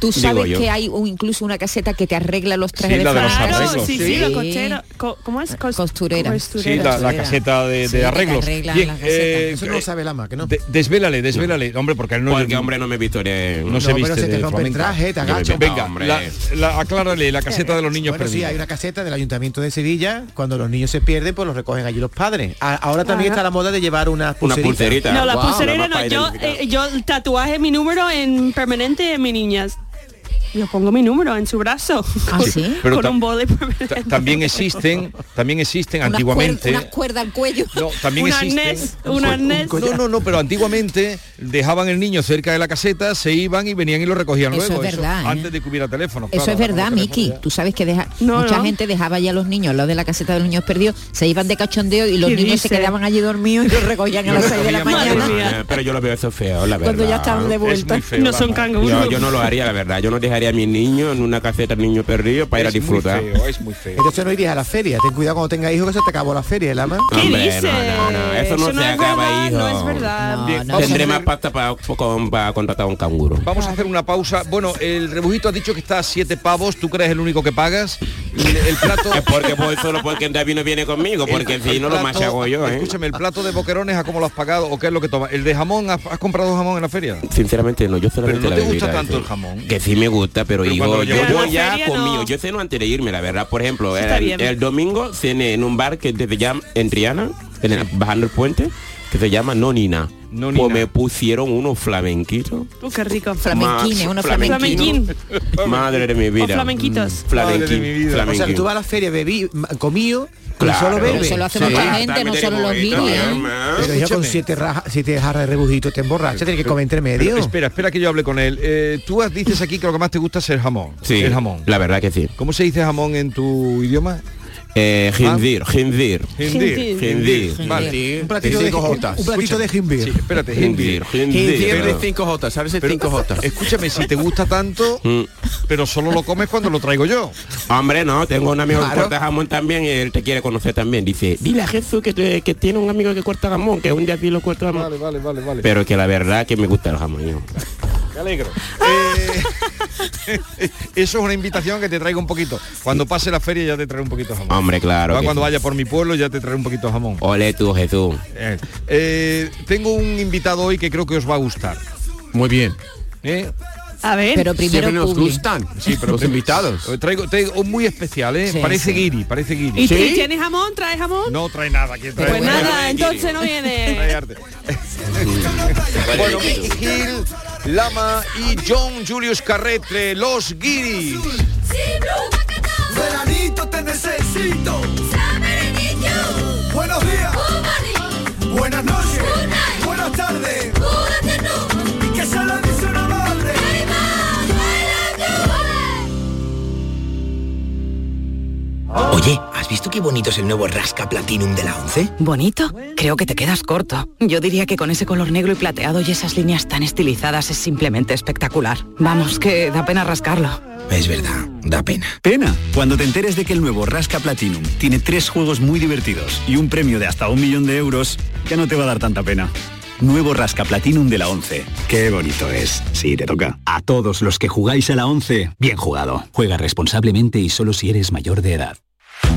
Speaker 12: tú sabes
Speaker 6: Digo yo.
Speaker 12: que hay un- incluso una caseta que te arregla los trajes
Speaker 2: Sí, la de los
Speaker 12: frac.
Speaker 3: Claro,
Speaker 2: arreglos.
Speaker 3: sí, sí,
Speaker 7: Sí.
Speaker 3: la costera. co- ¿Cómo es? Cos-
Speaker 12: Costurera.
Speaker 2: Sí, la, la caseta de, de
Speaker 12: Sí, que te
Speaker 2: arreglos. eh.
Speaker 12: arreglan las casetas.
Speaker 4: Eso no lo sabe la que ¿no?
Speaker 2: de- desvélale, desvélale. Hombre, porque él no
Speaker 6: Porque, hombre, no me he visto de...
Speaker 2: no
Speaker 4: No,
Speaker 2: se
Speaker 4: pero
Speaker 2: viste
Speaker 4: se te
Speaker 2: de
Speaker 4: rompe el
Speaker 2: flamenca.
Speaker 4: traje, te
Speaker 6: Yo me
Speaker 4: agacho.
Speaker 6: vengo.
Speaker 2: Venga,
Speaker 6: Hombre.
Speaker 2: la, la- aclárale la caseta de los niños
Speaker 4: Bueno, sí,
Speaker 2: perdidos.
Speaker 4: hay una caseta del Ayuntamiento de Sevilla. Cuando los niños se pierden, pues los recogen allí los padres. A- ahora también
Speaker 3: Ajá.
Speaker 4: está la moda de llevar unas
Speaker 6: Una
Speaker 4: pulseritas.
Speaker 6: pulserita.
Speaker 3: No, la
Speaker 7: Wow.
Speaker 6: Nada
Speaker 3: pulserera no.
Speaker 6: más
Speaker 3: Yo,
Speaker 6: para identificar.
Speaker 3: eh, yo tatuaje mi número en permanente en mis niñas. Yo pongo mi número en su brazo.
Speaker 12: Ah,
Speaker 3: Con-
Speaker 12: ¿sí?
Speaker 2: Pero
Speaker 3: con
Speaker 2: tam-
Speaker 3: un bode permanente.
Speaker 2: Ta- También existen, también existen
Speaker 12: Unas
Speaker 2: antiguamente.
Speaker 12: cuer- Unas cuerdas al cuello.
Speaker 2: No, también
Speaker 3: un
Speaker 2: existen-
Speaker 3: arnés, un arnés.
Speaker 2: No, no, no, pero antiguamente dejaban el niño cerca de la caseta, se iban y venían y lo recogían
Speaker 12: Eso
Speaker 2: luego.
Speaker 12: es verdad, ¿eh?
Speaker 2: Antes de que hubiera teléfono.
Speaker 12: Eso
Speaker 2: claro,
Speaker 12: es
Speaker 2: ahora
Speaker 12: verdad,
Speaker 2: con los
Speaker 12: Miki.
Speaker 2: teléfonos
Speaker 12: Tú sabes que deja,
Speaker 3: No,
Speaker 12: mucha
Speaker 3: no.
Speaker 12: gente dejaba ya a los niños al lado de la caseta de los niños perdidos, se iban de cachondeo y los
Speaker 3: ¿Qué
Speaker 12: niños se
Speaker 3: dice?
Speaker 12: quedaban allí dormidos y los recogían a
Speaker 6: Yo
Speaker 12: las
Speaker 6: lo
Speaker 12: 6 de la
Speaker 6: sabía,
Speaker 3: madre
Speaker 12: mañana.
Speaker 3: mía.
Speaker 6: eh, Pero yo lo veo eso feo, la verdad.
Speaker 12: Cuando ya estaban de
Speaker 2: ya. Es
Speaker 12: vuelta.
Speaker 2: muy feo,
Speaker 3: No
Speaker 2: la
Speaker 3: son
Speaker 2: verdad.
Speaker 3: canguros.
Speaker 6: Yo, yo no lo haría, la verdad. Yo no dejaría a mis niños en una caseta niño perdido para ir a
Speaker 2: Es muy
Speaker 6: disfrutar.
Speaker 2: feo, es muy feo.
Speaker 4: Entonces no irías a la feria. Ten cuidado cuando tengas hijos que se te acabó la feria, ¿eh, Lama.
Speaker 3: ¿Qué
Speaker 6: Hombre,
Speaker 3: dices?
Speaker 6: no, no, no, eso no se
Speaker 3: es
Speaker 6: acaba,
Speaker 3: verdad,
Speaker 6: hijo.
Speaker 3: No es verdad.
Speaker 12: No,
Speaker 2: Bien,
Speaker 12: no,
Speaker 2: vamos a
Speaker 6: Tendré
Speaker 2: hacer-
Speaker 6: más pasta para contratar a un canguro.
Speaker 2: Vamos a hacer una pausa. Bueno, el rebujito ha dicho que está a siete pavos. ¿Tú crees el único que pagas? El, el plato.
Speaker 6: Es porque pues, solo porque David no viene conmigo, porque
Speaker 2: el-
Speaker 6: si
Speaker 2: el
Speaker 6: no lo
Speaker 2: plato-
Speaker 6: machago yo, ¿eh?
Speaker 2: Escúchame, el plato de boquerones, ¿a cómo lo has pagado o qué es lo que tomas? ¿El de jamón? ¿Has, has comprado jamón en la feria?
Speaker 6: Sinceramente no, yo solamente
Speaker 2: Pero no
Speaker 6: la
Speaker 2: te gusta
Speaker 6: bebida,
Speaker 2: tanto
Speaker 6: eso.
Speaker 2: el jamón.
Speaker 6: Que sí me gusta, pero,
Speaker 2: Pero
Speaker 6: hijo,
Speaker 2: cuando lo
Speaker 6: yo,
Speaker 2: llevas
Speaker 6: yo
Speaker 3: a la
Speaker 6: ya
Speaker 3: feria,
Speaker 6: comí,
Speaker 3: no.
Speaker 6: yo ceno antes de irme, la verdad. Por ejemplo,
Speaker 3: Sí, está
Speaker 6: el,
Speaker 3: bien.
Speaker 6: el domingo cené en un bar que se llama en Triana, en el- bajando el puente, que se llama Nonina.
Speaker 2: Nonina.
Speaker 6: Pues me pusieron unos flamenquitos.
Speaker 3: Uh, qué rico.
Speaker 12: Flamenquines,
Speaker 6: Más
Speaker 12: unos
Speaker 6: flamenquino.
Speaker 12: flamenquines.
Speaker 3: Flamenquín.
Speaker 6: Madre de mi
Speaker 3: O
Speaker 6: vida.
Speaker 3: flamenquitos.
Speaker 6: Flamenquín,
Speaker 2: Madre de mi vida.
Speaker 4: O sea, que
Speaker 6: flamenquín.
Speaker 4: tú vas a la feria, bebí, ma- comío,
Speaker 6: Claro.
Speaker 4: y solo
Speaker 12: Pero
Speaker 4: bebes.
Speaker 12: eso lo hace
Speaker 7: Sí.
Speaker 12: mucha gente, no
Speaker 6: También
Speaker 12: solo los
Speaker 6: tenemos guita,
Speaker 12: guiris. ¿eh?
Speaker 6: ¿eh?
Speaker 4: Pero ya con
Speaker 2: Escúchame.
Speaker 4: siete, raja- siete jarras de rebujito te emborrachas, tienes que comer entre medio.
Speaker 2: Pero espera, espera que yo hable con él. Eh, tú has- dices aquí que lo que más te gusta es el jamón.
Speaker 6: Sí,
Speaker 2: El jamón.
Speaker 6: La verdad que sí.
Speaker 2: ¿Cómo se dice jamón en tu idioma?
Speaker 6: Eh, Jindir, Jindir.
Speaker 3: Jindir.
Speaker 6: Jindir.
Speaker 2: Vale.
Speaker 7: Sí,
Speaker 4: un platito
Speaker 7: de
Speaker 4: de,
Speaker 7: cinco
Speaker 4: un
Speaker 7: jotas.
Speaker 4: platito de
Speaker 2: Sí,
Speaker 4: jimbir.
Speaker 2: espérate,
Speaker 6: Jindir,
Speaker 2: Jindir.
Speaker 7: Jindir de
Speaker 6: Jindir.
Speaker 7: 5 jotas, ¿sabes?
Speaker 2: Pero-
Speaker 7: 5 jotas.
Speaker 2: Escúchame, si te gusta tanto,
Speaker 6: Mm.
Speaker 2: pero solo lo comes cuando lo traigo yo.
Speaker 6: Hombre, no, tengo un amigo que
Speaker 7: Claro.
Speaker 6: corta jamón también y él te quiere conocer también. Dice, dile a Jesús que, te- que tiene un amigo que corta jamón, que un día a ti lo corta jamón.
Speaker 2: vale, vale, vale.
Speaker 6: Pero que la verdad que me gusta el jamón. hijo.
Speaker 2: Me alegro. Eh, eso es una invitación que te traigo un poquito. Cuando pase la feria ya te traigo un poquito de jamón.
Speaker 6: Hombre, claro.
Speaker 2: Va,
Speaker 6: que
Speaker 2: cuando
Speaker 6: sí.
Speaker 2: vaya por mi pueblo ya te traeré un poquito de jamón.
Speaker 6: Ole tú, Jesús.
Speaker 2: Eh, eh, tengo un invitado hoy que creo que os va a gustar.
Speaker 7: Muy bien.
Speaker 2: ¿eh?
Speaker 3: A ver.
Speaker 12: Pero
Speaker 7: Siempre
Speaker 12: primero
Speaker 7: nos
Speaker 12: publi.
Speaker 7: gustan los invitados.
Speaker 2: Eh, Traigo, traigo un muy especial, ¿eh?
Speaker 12: Sí,
Speaker 2: parece
Speaker 12: sí.
Speaker 2: guiri, parece guiri.
Speaker 3: ¿Y
Speaker 7: ¿Sí?
Speaker 3: y tienes jamón? ¿Traes jamón?
Speaker 2: No trae nada, que trae
Speaker 12: Pero
Speaker 3: Pues
Speaker 12: bueno.
Speaker 3: nada, entonces no
Speaker 2: Trae
Speaker 3: viene.
Speaker 2: arte. bueno, Mickey Hill, Lama y John Julius Carretre, los guiris.
Speaker 13: Veranito te necesito. Buenos días. Buenas noches. Buenas tardes. Y que se lo dice una madre.
Speaker 9: Oye, ¿has visto qué bonito es el nuevo Rasca Platinum de la 11?
Speaker 14: ¿Bonito? Creo que te quedas corto. Yo diría que con ese color negro y plateado y esas líneas tan estilizadas es simplemente espectacular. Vamos, que da pena rascarlo.
Speaker 9: Es verdad, da pena.
Speaker 13: Pena. Cuando te enteres de que el nuevo Rasca Platinum tiene tres juegos muy divertidos y un premio de hasta un millón de euros, ya no te va a dar tanta pena. Nuevo Rasca Platinum de la 11. Qué bonito es. Sí, te toca. A todos los que jugáis a la 11, bien jugado. Juega responsablemente y solo si eres mayor de edad.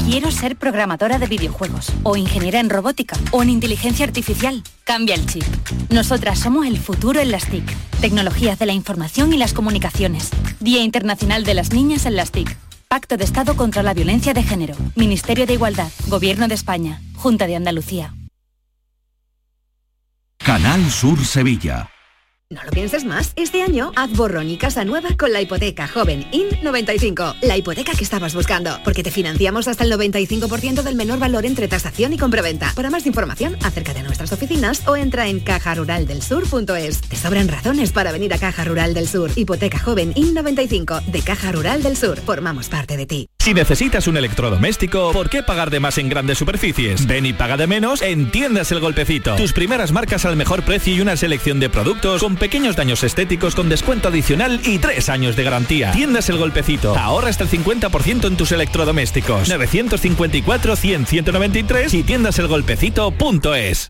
Speaker 8: Quiero ser programadora de videojuegos, o ingeniera en robótica, o en inteligencia artificial. Cambia el chip. Nosotras somos el futuro en las TIC, tecnologías de la información y las comunicaciones. Día Internacional de las Niñas en las TIC. Pacto de Estado contra la Violencia de Género. Ministerio de Igualdad. Gobierno de España. Junta de Andalucía.
Speaker 13: Canal Sur Sevilla.
Speaker 8: No lo pienses más. Este año haz borrón y casa nueva con la hipoteca joven IN95. La hipoteca que estabas buscando. Porque te financiamos hasta el 95% del menor valor entre tasación y compraventa. Para más información, acerca de nuestras oficinas o entra en cajaruraldelsur.es. Te sobran razones para venir a Caja Rural del Sur. Hipoteca joven IN95 de Caja Rural del Sur. Formamos parte de ti.
Speaker 15: Si necesitas un electrodoméstico, ¿por qué pagar de más en grandes superficies? Ven y paga de menos en Tiendas El Golpecito. Tus primeras marcas al mejor precio y una selección de productos con pequeños daños estéticos con descuento adicional y tres años de garantía. Tiendas El Golpecito. Ahorra hasta el 50% en tus electrodomésticos. 954-100-193 y tiendaselgolpecito.es.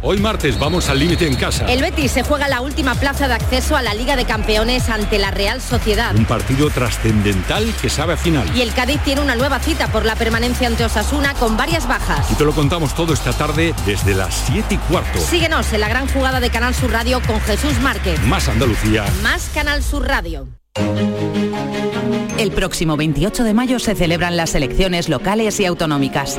Speaker 16: Hoy martes vamos al límite en casa.
Speaker 17: El Betis se juega la última plaza de acceso a la Liga de Campeones ante la Real Sociedad.
Speaker 16: Un partido trascendental que sabe a final.
Speaker 17: Y el Cádiz tiene una nueva cita por la permanencia ante Osasuna con varias bajas.
Speaker 16: Y te lo contamos todo esta tarde desde las 7 y cuarto.
Speaker 17: Síguenos en la gran jugada de Canal Sur Radio con Jesús Márquez.
Speaker 16: Más Andalucía.
Speaker 17: Más Canal Sur Radio.
Speaker 14: El próximo 28 de mayo se celebran las elecciones locales y autonómicas.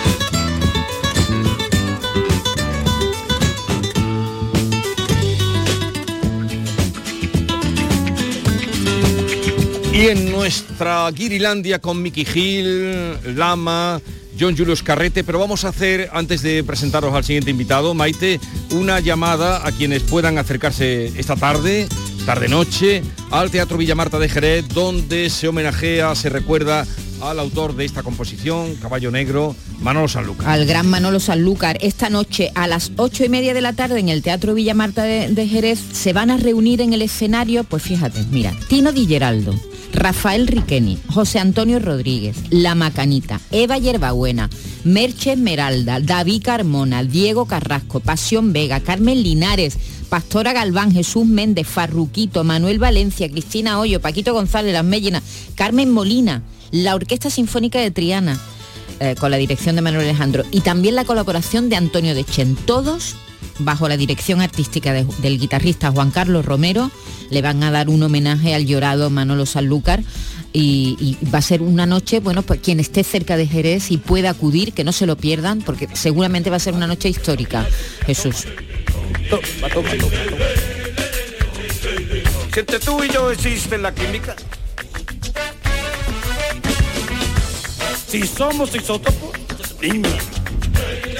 Speaker 2: Y en nuestra Guirilandia con Mickey Gil, Lama, John Julius Carrete, pero vamos a hacer, antes de presentaros al siguiente invitado, Maite, una llamada a quienes puedan acercarse esta tarde, tarde-noche, al Teatro Villa Marta de Jerez, donde se homenajea, se recuerda al autor de esta composición, Caballo Negro, Manolo Sanlúcar.
Speaker 8: al gran Manolo Sanlúcar. Esta noche a las ocho y media de la tarde en el Teatro Villa Marta de, de Jerez se van a reunir en el escenario, pues fíjate, mira, Tino Di Geraldo, Rafael Riqueni, José Antonio Rodríguez, La Macanita, Eva Yerbabuena, Merche Esmeralda, David Carmona, Diego Carrasco, Pasión Vega, Carmen Linares, Pastora Galván, Jesús Méndez, Farruquito, Manuel Valencia, Cristina Hoyo, Paquito González, Las Mellinas, Carmen Molina, la Orquesta Sinfónica de Triana, eh, con la dirección de Manuel Alejandro y también la colaboración de Antonio Dechen. Todos bajo la dirección artística de- del guitarrista Juan Carlos Romero le van a dar un homenaje al llorado Manolo Sanlúcar y, y va a ser una noche, bueno, pues quien esté cerca de Jerez y pueda acudir, que no se lo pierdan, porque seguramente va a ser una noche histórica, Jesús.
Speaker 7: Si entre tú y yo existe la química. Si somos isótopos, dime.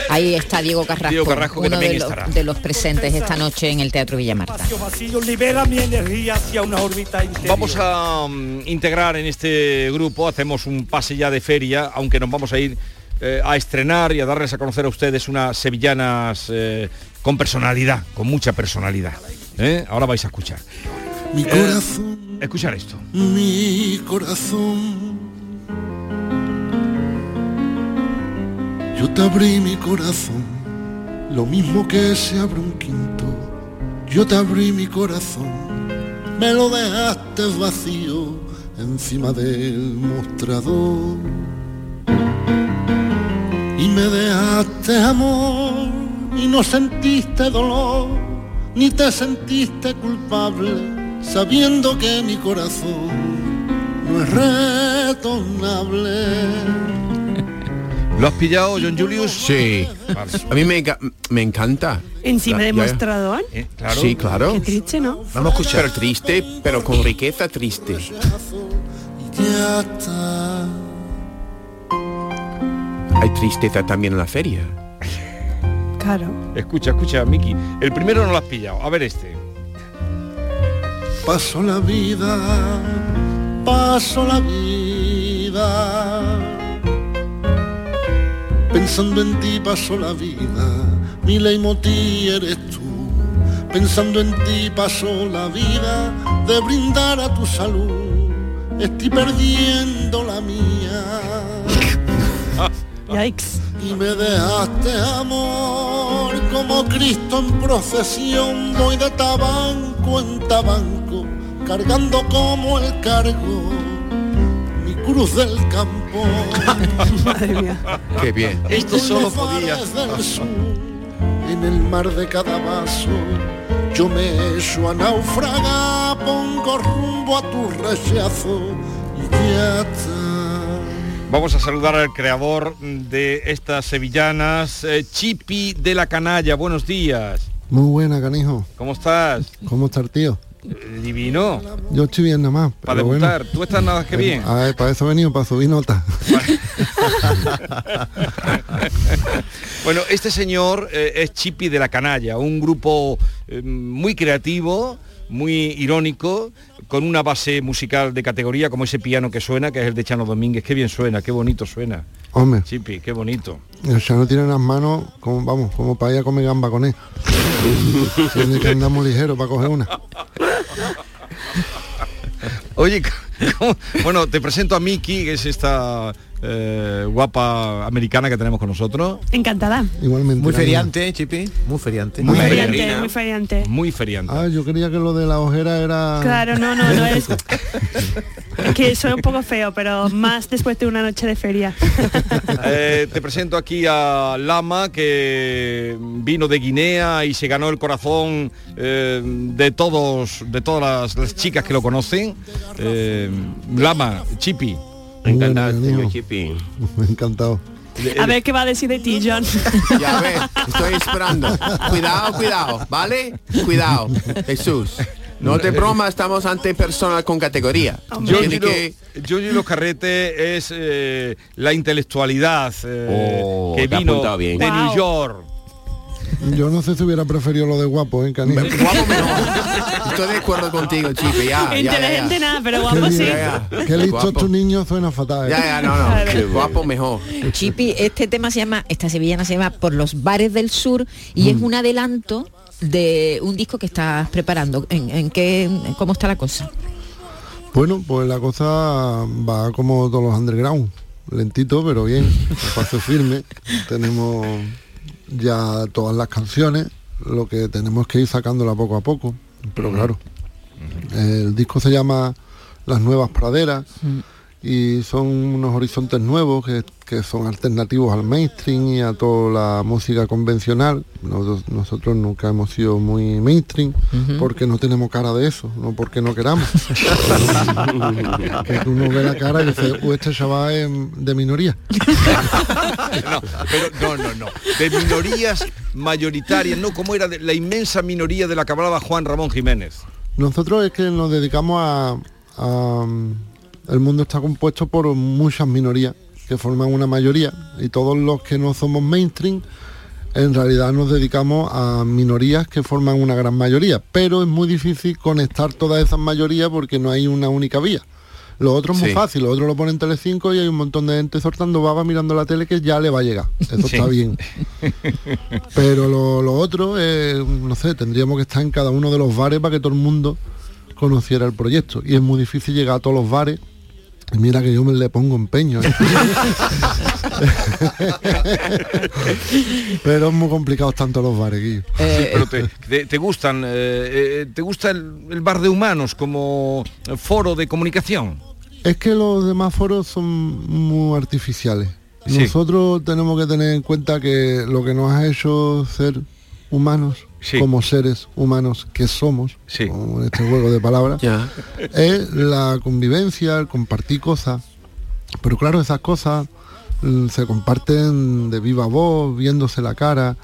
Speaker 8: Ahí está Diego Carrasco,
Speaker 7: Diego Carrasco, que
Speaker 8: uno
Speaker 7: también
Speaker 8: de los,
Speaker 7: estará.
Speaker 8: de los presentes esta noche en el Teatro Villamar.
Speaker 7: Espacio vacío libera mi energía hacia una órbita interior.
Speaker 2: Vamos a mm, integrar en este grupo, hacemos un pase ya de feria, aunque nos vamos a ir eh, a estrenar y a darles a conocer a ustedes unas sevillanas eh, con personalidad, con mucha personalidad. ¿eh? Ahora vais a escuchar.
Speaker 18: Mi
Speaker 2: Eh,
Speaker 18: corazón.
Speaker 2: escuchar esto.
Speaker 18: Mi corazón. Yo te abrí mi corazón, lo mismo que se abre un quinto. Yo te abrí mi corazón, me lo dejaste vacío encima del mostrador. Y me dejaste amor, y no sentiste dolor, ni te sentiste culpable, sabiendo que mi corazón no es retornable.
Speaker 2: ¿Lo has pillado, John Julius?
Speaker 7: Sí. A mí me, enca- me encanta.
Speaker 19: Encima
Speaker 7: Ya-
Speaker 19: de
Speaker 7: ya-
Speaker 19: mostrador.
Speaker 4: Eh,
Speaker 7: Sí, claro.
Speaker 19: Qué triste, ¿no?
Speaker 7: Vamos a escuchar. Pero triste, pero con riqueza triste.
Speaker 18: Ya está.
Speaker 7: Hay tristeza también en la feria.
Speaker 19: Claro.
Speaker 2: Escucha, escucha, Miki. El primero no lo has pillado. A ver este.
Speaker 18: Paso la vida, paso la vida. Pensando en ti paso la vida, mi leitmotiv eres tú. Pensando en ti paso la vida, de brindar a tu salud. Estoy perdiendo la mía. Y me dejaste amor como Cristo en procesión, voy de tabanco en tabanco, cargando como el cargo mi cruz del campo. Madre mía.
Speaker 7: Qué bien.
Speaker 18: Esto solo podía. En el mar de cada vaso, yo me echo a naufragar, pongo rumbo a tu rechazo y ya
Speaker 2: Vamos a saludar al creador de estas sevillanas, eh, Chipi de la Canalla. Buenos días.
Speaker 18: Muy buena, canijo.
Speaker 2: ¿Cómo estás?
Speaker 18: ¿Cómo está el tío?
Speaker 2: Eh, Divino.
Speaker 18: Yo estoy bien nada más.
Speaker 2: Para debutar. Tú estás nada que bien.
Speaker 18: A ver, para eso he venido, para subir nota.
Speaker 2: bueno, este señor eh, es Chipi de la Canalla, un grupo eh, muy creativo, muy irónico, con una base musical de categoría como ese piano que suena, que es el de Chano Domínguez. Qué bien suena, qué bonito suena.
Speaker 18: Hombre,
Speaker 2: Chipi, qué bonito.
Speaker 18: el no tiene las manos, como, vamos, como para ir a comer gamba con él. Tiene que andar muy ligero para coger una.
Speaker 2: Oye, ¿cómo- bueno, te presento a Miki, que es esta eh, guapa americana que tenemos con nosotros.
Speaker 6: Encantada.
Speaker 11: Igualmente.
Speaker 7: Muy
Speaker 11: la mía.
Speaker 7: feriante, Chipi. Muy feriante.
Speaker 6: Muy feriante, muy feriante.
Speaker 2: Muy feriante.
Speaker 11: Ah, yo creía que lo de la ojera era...
Speaker 6: Claro, no, no, no es. Es que soy un poco feo, pero más después de una noche de feria.
Speaker 2: Eh, te presento aquí a Lama, que vino de Guinea y se ganó el corazón eh, de todos, de todas las, las chicas que lo conocen. Eh, Lama, Chipi.
Speaker 11: Encantado, señor Chipi. Encantado.
Speaker 6: A ver qué va a decir de ti, John.
Speaker 7: Ya ves, estoy esperando. Cuidado, cuidado, ¿vale? Cuidado, Jesús. No te broma, estamos ante personas con categoría.
Speaker 2: Yo
Speaker 7: Tiene que-
Speaker 2: Los Carrete es eh, la intelectualidad eh,
Speaker 7: Oh,
Speaker 2: que
Speaker 7: te has
Speaker 2: vino
Speaker 7: apuntado bien.
Speaker 2: de
Speaker 7: Wow.
Speaker 2: New York.
Speaker 11: Yo no sé si hubiera preferido lo de guapo, ¿eh, Canijo?
Speaker 7: Estoy de acuerdo contigo, Chipi, ya, ya, ya, ya.
Speaker 6: Inteligente nada, pero guapo sí.
Speaker 7: Ya, ya.
Speaker 11: Qué listo
Speaker 7: Guapo.
Speaker 11: tu niño, suena fatal. ¿eh?
Speaker 7: Ya, ya, no, no. Guapo mejor.
Speaker 3: Chipi, este tema se llama, esta sevillana se llama Por los bares del sur y es un adelanto de un disco que estás preparando. ¿En, en qué, en cómo está la cosa?
Speaker 11: Bueno, pues la cosa va como todos los underground, lentito pero bien, a paso firme. Tenemos ya todas las canciones, lo que tenemos que ir sacándola poco a poco, pero claro. El disco se llama Las Nuevas Praderas y son unos horizontes nuevos que, que son alternativos al mainstream y a toda la música convencional. Nosotros, nosotros nunca hemos sido muy mainstream
Speaker 20: Ujú.
Speaker 11: porque no tenemos cara de eso, no porque no queramos. que uno ve la cara y dice, "Uh, este chaval es de minoría.
Speaker 2: No, pero no, no, no. De minorías mayoritarias, no como era de- la inmensa minoría de la que hablaba Juan Ramón Jiménez.
Speaker 11: Nosotros es que nos dedicamos a, a, mm, El mundo está compuesto por muchas minorías que forman una mayoría y todos los que no somos mainstream en realidad nos dedicamos a minorías que forman una gran mayoría, pero es muy difícil conectar todas esas mayorías porque no hay una única vía. Lo otro es muy
Speaker 21: Sí.
Speaker 11: fácil, lo otro lo pone en Telecinco y hay un montón de gente sortando baba mirando la tele que ya le va a llegar. Eso
Speaker 21: Sí.
Speaker 11: está bien. Pero lo, lo otro, eh, no sé, tendríamos que estar en cada uno de los bares para que todo el mundo conociera el proyecto. Y es muy difícil llegar a todos los bares. Y mira que yo me le pongo empeño. ¿eh? Pero es muy complicado tanto los bares, Guillo.
Speaker 2: Sí, pero
Speaker 11: eh,
Speaker 2: te, te- te gustan, eh, eh, te gusta el, el bar de humanos como eh, foro de comunicación.
Speaker 11: Es que los demás foros son muy artificiales.
Speaker 2: Sí.
Speaker 11: Nosotros tenemos que tener en cuenta que lo que nos ha hecho ser humanos,
Speaker 21: Sí.
Speaker 11: como seres humanos que somos,
Speaker 21: Sí.
Speaker 11: como en este juego de palabras, es la convivencia, el compartir cosas. Pero claro, esas cosas mm, se comparten de viva voz, viéndose la cara.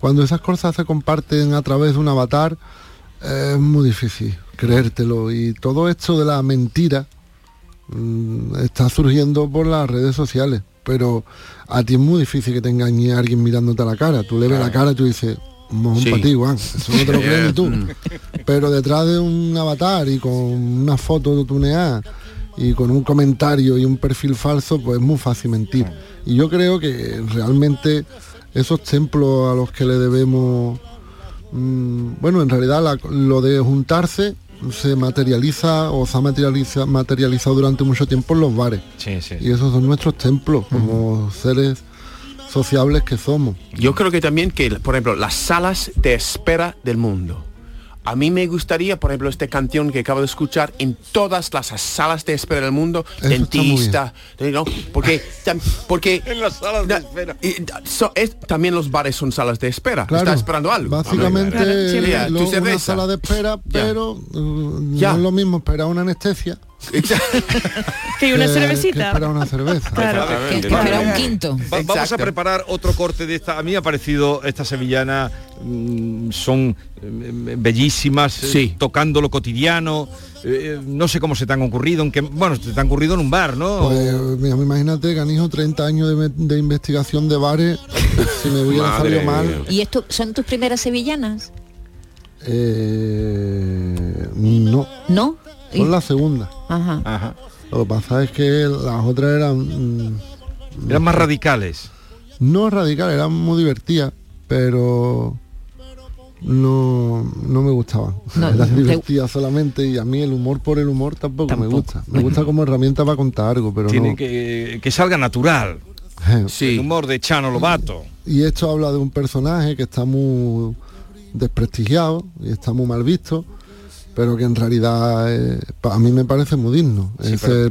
Speaker 11: Cuando esas cosas se comparten a través de un avatar, eh, es muy difícil creértelo. Y todo esto de la mentira mm, está surgiendo por las redes sociales. Pero a ti es muy difícil que te engañe alguien mirándote a la cara. Tú le ves la cara y tú dices, mojón
Speaker 21: Sí.
Speaker 11: para ti, Juan. Eso no te lo crees ni tú. Pero detrás de un avatar y con una foto tuneada y con un comentario y un perfil falso, pues es muy fácil mentir. Y yo creo que realmente esos templos a los que le debemos Mm, bueno, en realidad la- lo de juntarse se materializa o se ha materializa- materializado durante mucho tiempo en los bares.
Speaker 2: Sí, sí.
Speaker 11: Y esos son nuestros templos, como seres sociables que somos.
Speaker 7: Yo creo que también que, por ejemplo, las salas de espera del mundo. A mí me gustaría, por ejemplo, esta canción que acabo de escuchar en todas las salas de espera del mundo, dentista, ¿no? porque tam- porque en las salas de espera. también los bares son salas de espera. Está esperando algo.
Speaker 11: Básicamente
Speaker 7: Ya,
Speaker 11: lo-
Speaker 7: tu
Speaker 11: una
Speaker 7: cerveza.
Speaker 11: sala de espera, pero mm,
Speaker 7: Ya.
Speaker 11: no es lo mismo esperar una anestesia.
Speaker 6: Que una
Speaker 11: que- que
Speaker 6: cervecita.
Speaker 11: esperar una cerveza.
Speaker 2: Exactamente.
Speaker 11: que
Speaker 2: Vale.
Speaker 11: era un
Speaker 3: quinto.
Speaker 2: Va- vamos a
Speaker 11: Exacto.
Speaker 2: preparar otro corte de esta. A mí me ha parecido esta sevillana mm, son mm, bellísimas, eh, tocando lo cotidiano. eh, no sé cómo se te han ocurrido, en qué- bueno, se te han ocurrido en un bar, ¿no?
Speaker 11: Pues, mira, imagínate, Canijo, 30 años de, me- de investigación de bares, si me hubiera
Speaker 2: Madre
Speaker 11: salido mal.
Speaker 2: mía.
Speaker 3: ¿Y esto son tus primeras sevillanas?
Speaker 11: Eh, no.
Speaker 3: ¿No?
Speaker 11: Son la segunda.
Speaker 3: Ajá.
Speaker 11: Lo que pasa es que las otras eran... mm,
Speaker 2: Eran más radicales.
Speaker 11: No radicales, eran muy divertidas, pero... no, no me gustaba.
Speaker 3: No,
Speaker 11: Era
Speaker 3: te-
Speaker 11: divertida solamente y a mí el humor por el humor tampoco, me gusta. Me gusta como herramienta para contar algo, pero
Speaker 2: Tiene
Speaker 11: no.
Speaker 2: que, que salga natural. El humor de Chano Lobato.
Speaker 11: Y esto habla de un personaje que está muy desprestigiado y está muy mal visto, pero que en realidad eh, pa- a mí me parece muy digno. Ese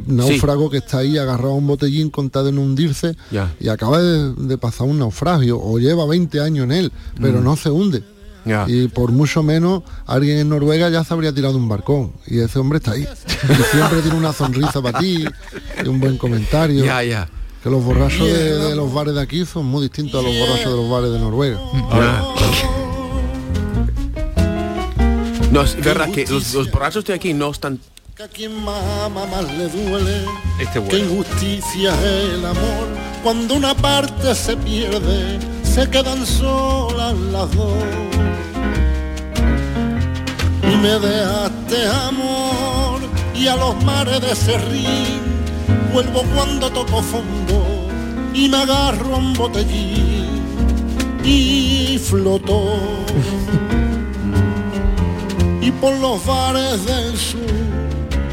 Speaker 20: pero-
Speaker 11: náufrago que está ahí agarrado a un botellín contado en hundirse
Speaker 20: Ya.
Speaker 11: y acaba de, de pasar un naufragio o lleva 20 años en él, pero
Speaker 20: Mm.
Speaker 11: no se hunde.
Speaker 20: Ya.
Speaker 11: Y por mucho menos alguien en Noruega ya se habría tirado de un barcón y ese hombre está ahí. Y siempre tiene una sonrisa para ti y un buen comentario.
Speaker 7: Ya,
Speaker 18: Ah,
Speaker 7: ya.
Speaker 11: Que los borrachos de, de los bares de aquí son muy distintos a los borrachos de los bares de Noruega.
Speaker 7: No, es verdad que los, los borrachos de aquí no están...
Speaker 18: Que a quien más ama más le duele.
Speaker 7: Este
Speaker 18: Qué injusticia es el amor. Cuando una parte se pierde, se quedan solas las dos. Y me dejaste amor y a los mares de Serrín vuelvo cuando toco fondo y me agarro a un botellín y flotó. y por los bares del sur,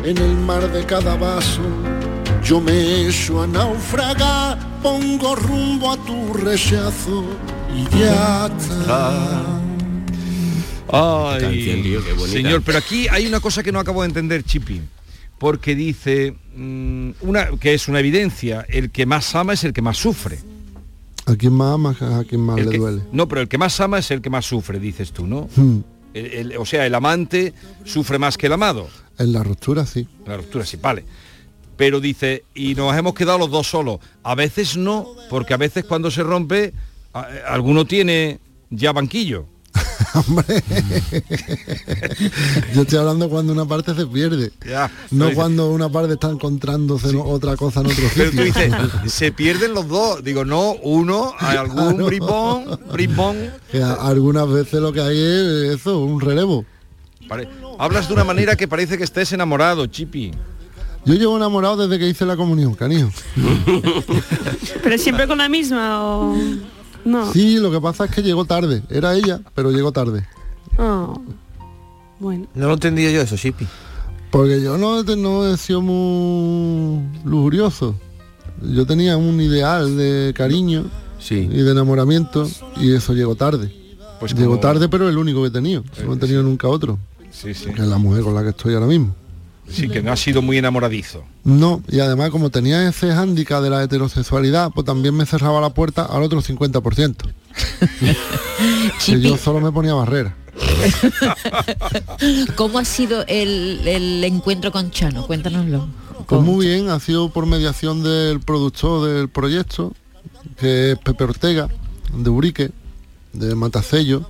Speaker 18: en el mar de cada vaso, yo me echo a naufragar, pongo rumbo a tu rechazo y ya está.
Speaker 2: Ay,
Speaker 18: Canción, tío, qué bonita.
Speaker 2: señor, pero aquí hay una cosa que no acabo de entender, Chipi, porque dice mm, una que es una evidencia, el que más ama es el que más sufre.
Speaker 11: A quien más ama, a quien más
Speaker 2: El
Speaker 11: le
Speaker 2: que-
Speaker 11: duele.
Speaker 2: No, pero el que más ama es el que más sufre, dices tú, ¿no?
Speaker 11: Hmm.
Speaker 2: El- el- o sea, el amante sufre más que el amado.
Speaker 11: En la ruptura sí.
Speaker 2: La ruptura sí, vale. Pero dice, y nos hemos quedado los dos solos. A veces no, porque a veces cuando se rompe, a- alguno tiene ya banquillo.
Speaker 11: Yo estoy hablando cuando una parte se pierde.
Speaker 2: Ya.
Speaker 11: No
Speaker 2: Pero
Speaker 11: cuando una parte está encontrándose en otra cosa en otro
Speaker 2: Pero tú
Speaker 11: sitio.
Speaker 2: dices, se pierden los dos. Digo, no, uno, a algún bribón, bribón.
Speaker 11: Que a- algunas veces lo que hay es eso, un relevo.
Speaker 2: Pare- Hablas de una manera que parece que estés enamorado, Chipi.
Speaker 11: Yo llevo enamorado desde que hice la comunión, canijo.
Speaker 6: Pero siempre con la misma o... No.
Speaker 11: Sí, lo que pasa es que llegó tarde. Era ella, pero llegó tarde.
Speaker 6: Oh. Bueno.
Speaker 20: No lo entendía yo eso, Shippy.
Speaker 11: Porque yo no, te- no he sido muy lujurioso. Yo tenía un ideal de cariño y de enamoramiento y eso llegó tarde.
Speaker 2: Pues
Speaker 11: llegó
Speaker 2: como- Eh,
Speaker 11: tarde, pero el único que he tenido. No he tenido nunca otro.
Speaker 2: Sí, sí.
Speaker 11: Que es la mujer con la que estoy ahora mismo.
Speaker 2: Sí, que no has sido muy enamoradizo.
Speaker 11: No, y además como tenía ese hándicap de la heterosexualidad, pues también me cerraba la puerta al otro 50%. que yo solo me ponía barreras.
Speaker 3: ¿Cómo ha sido el, el encuentro con Chano? Cuéntanoslo.
Speaker 11: Pues muy bien, ha sido por mediación del productor del proyecto, que es Pepe Ortega, de Urique, de Matacello,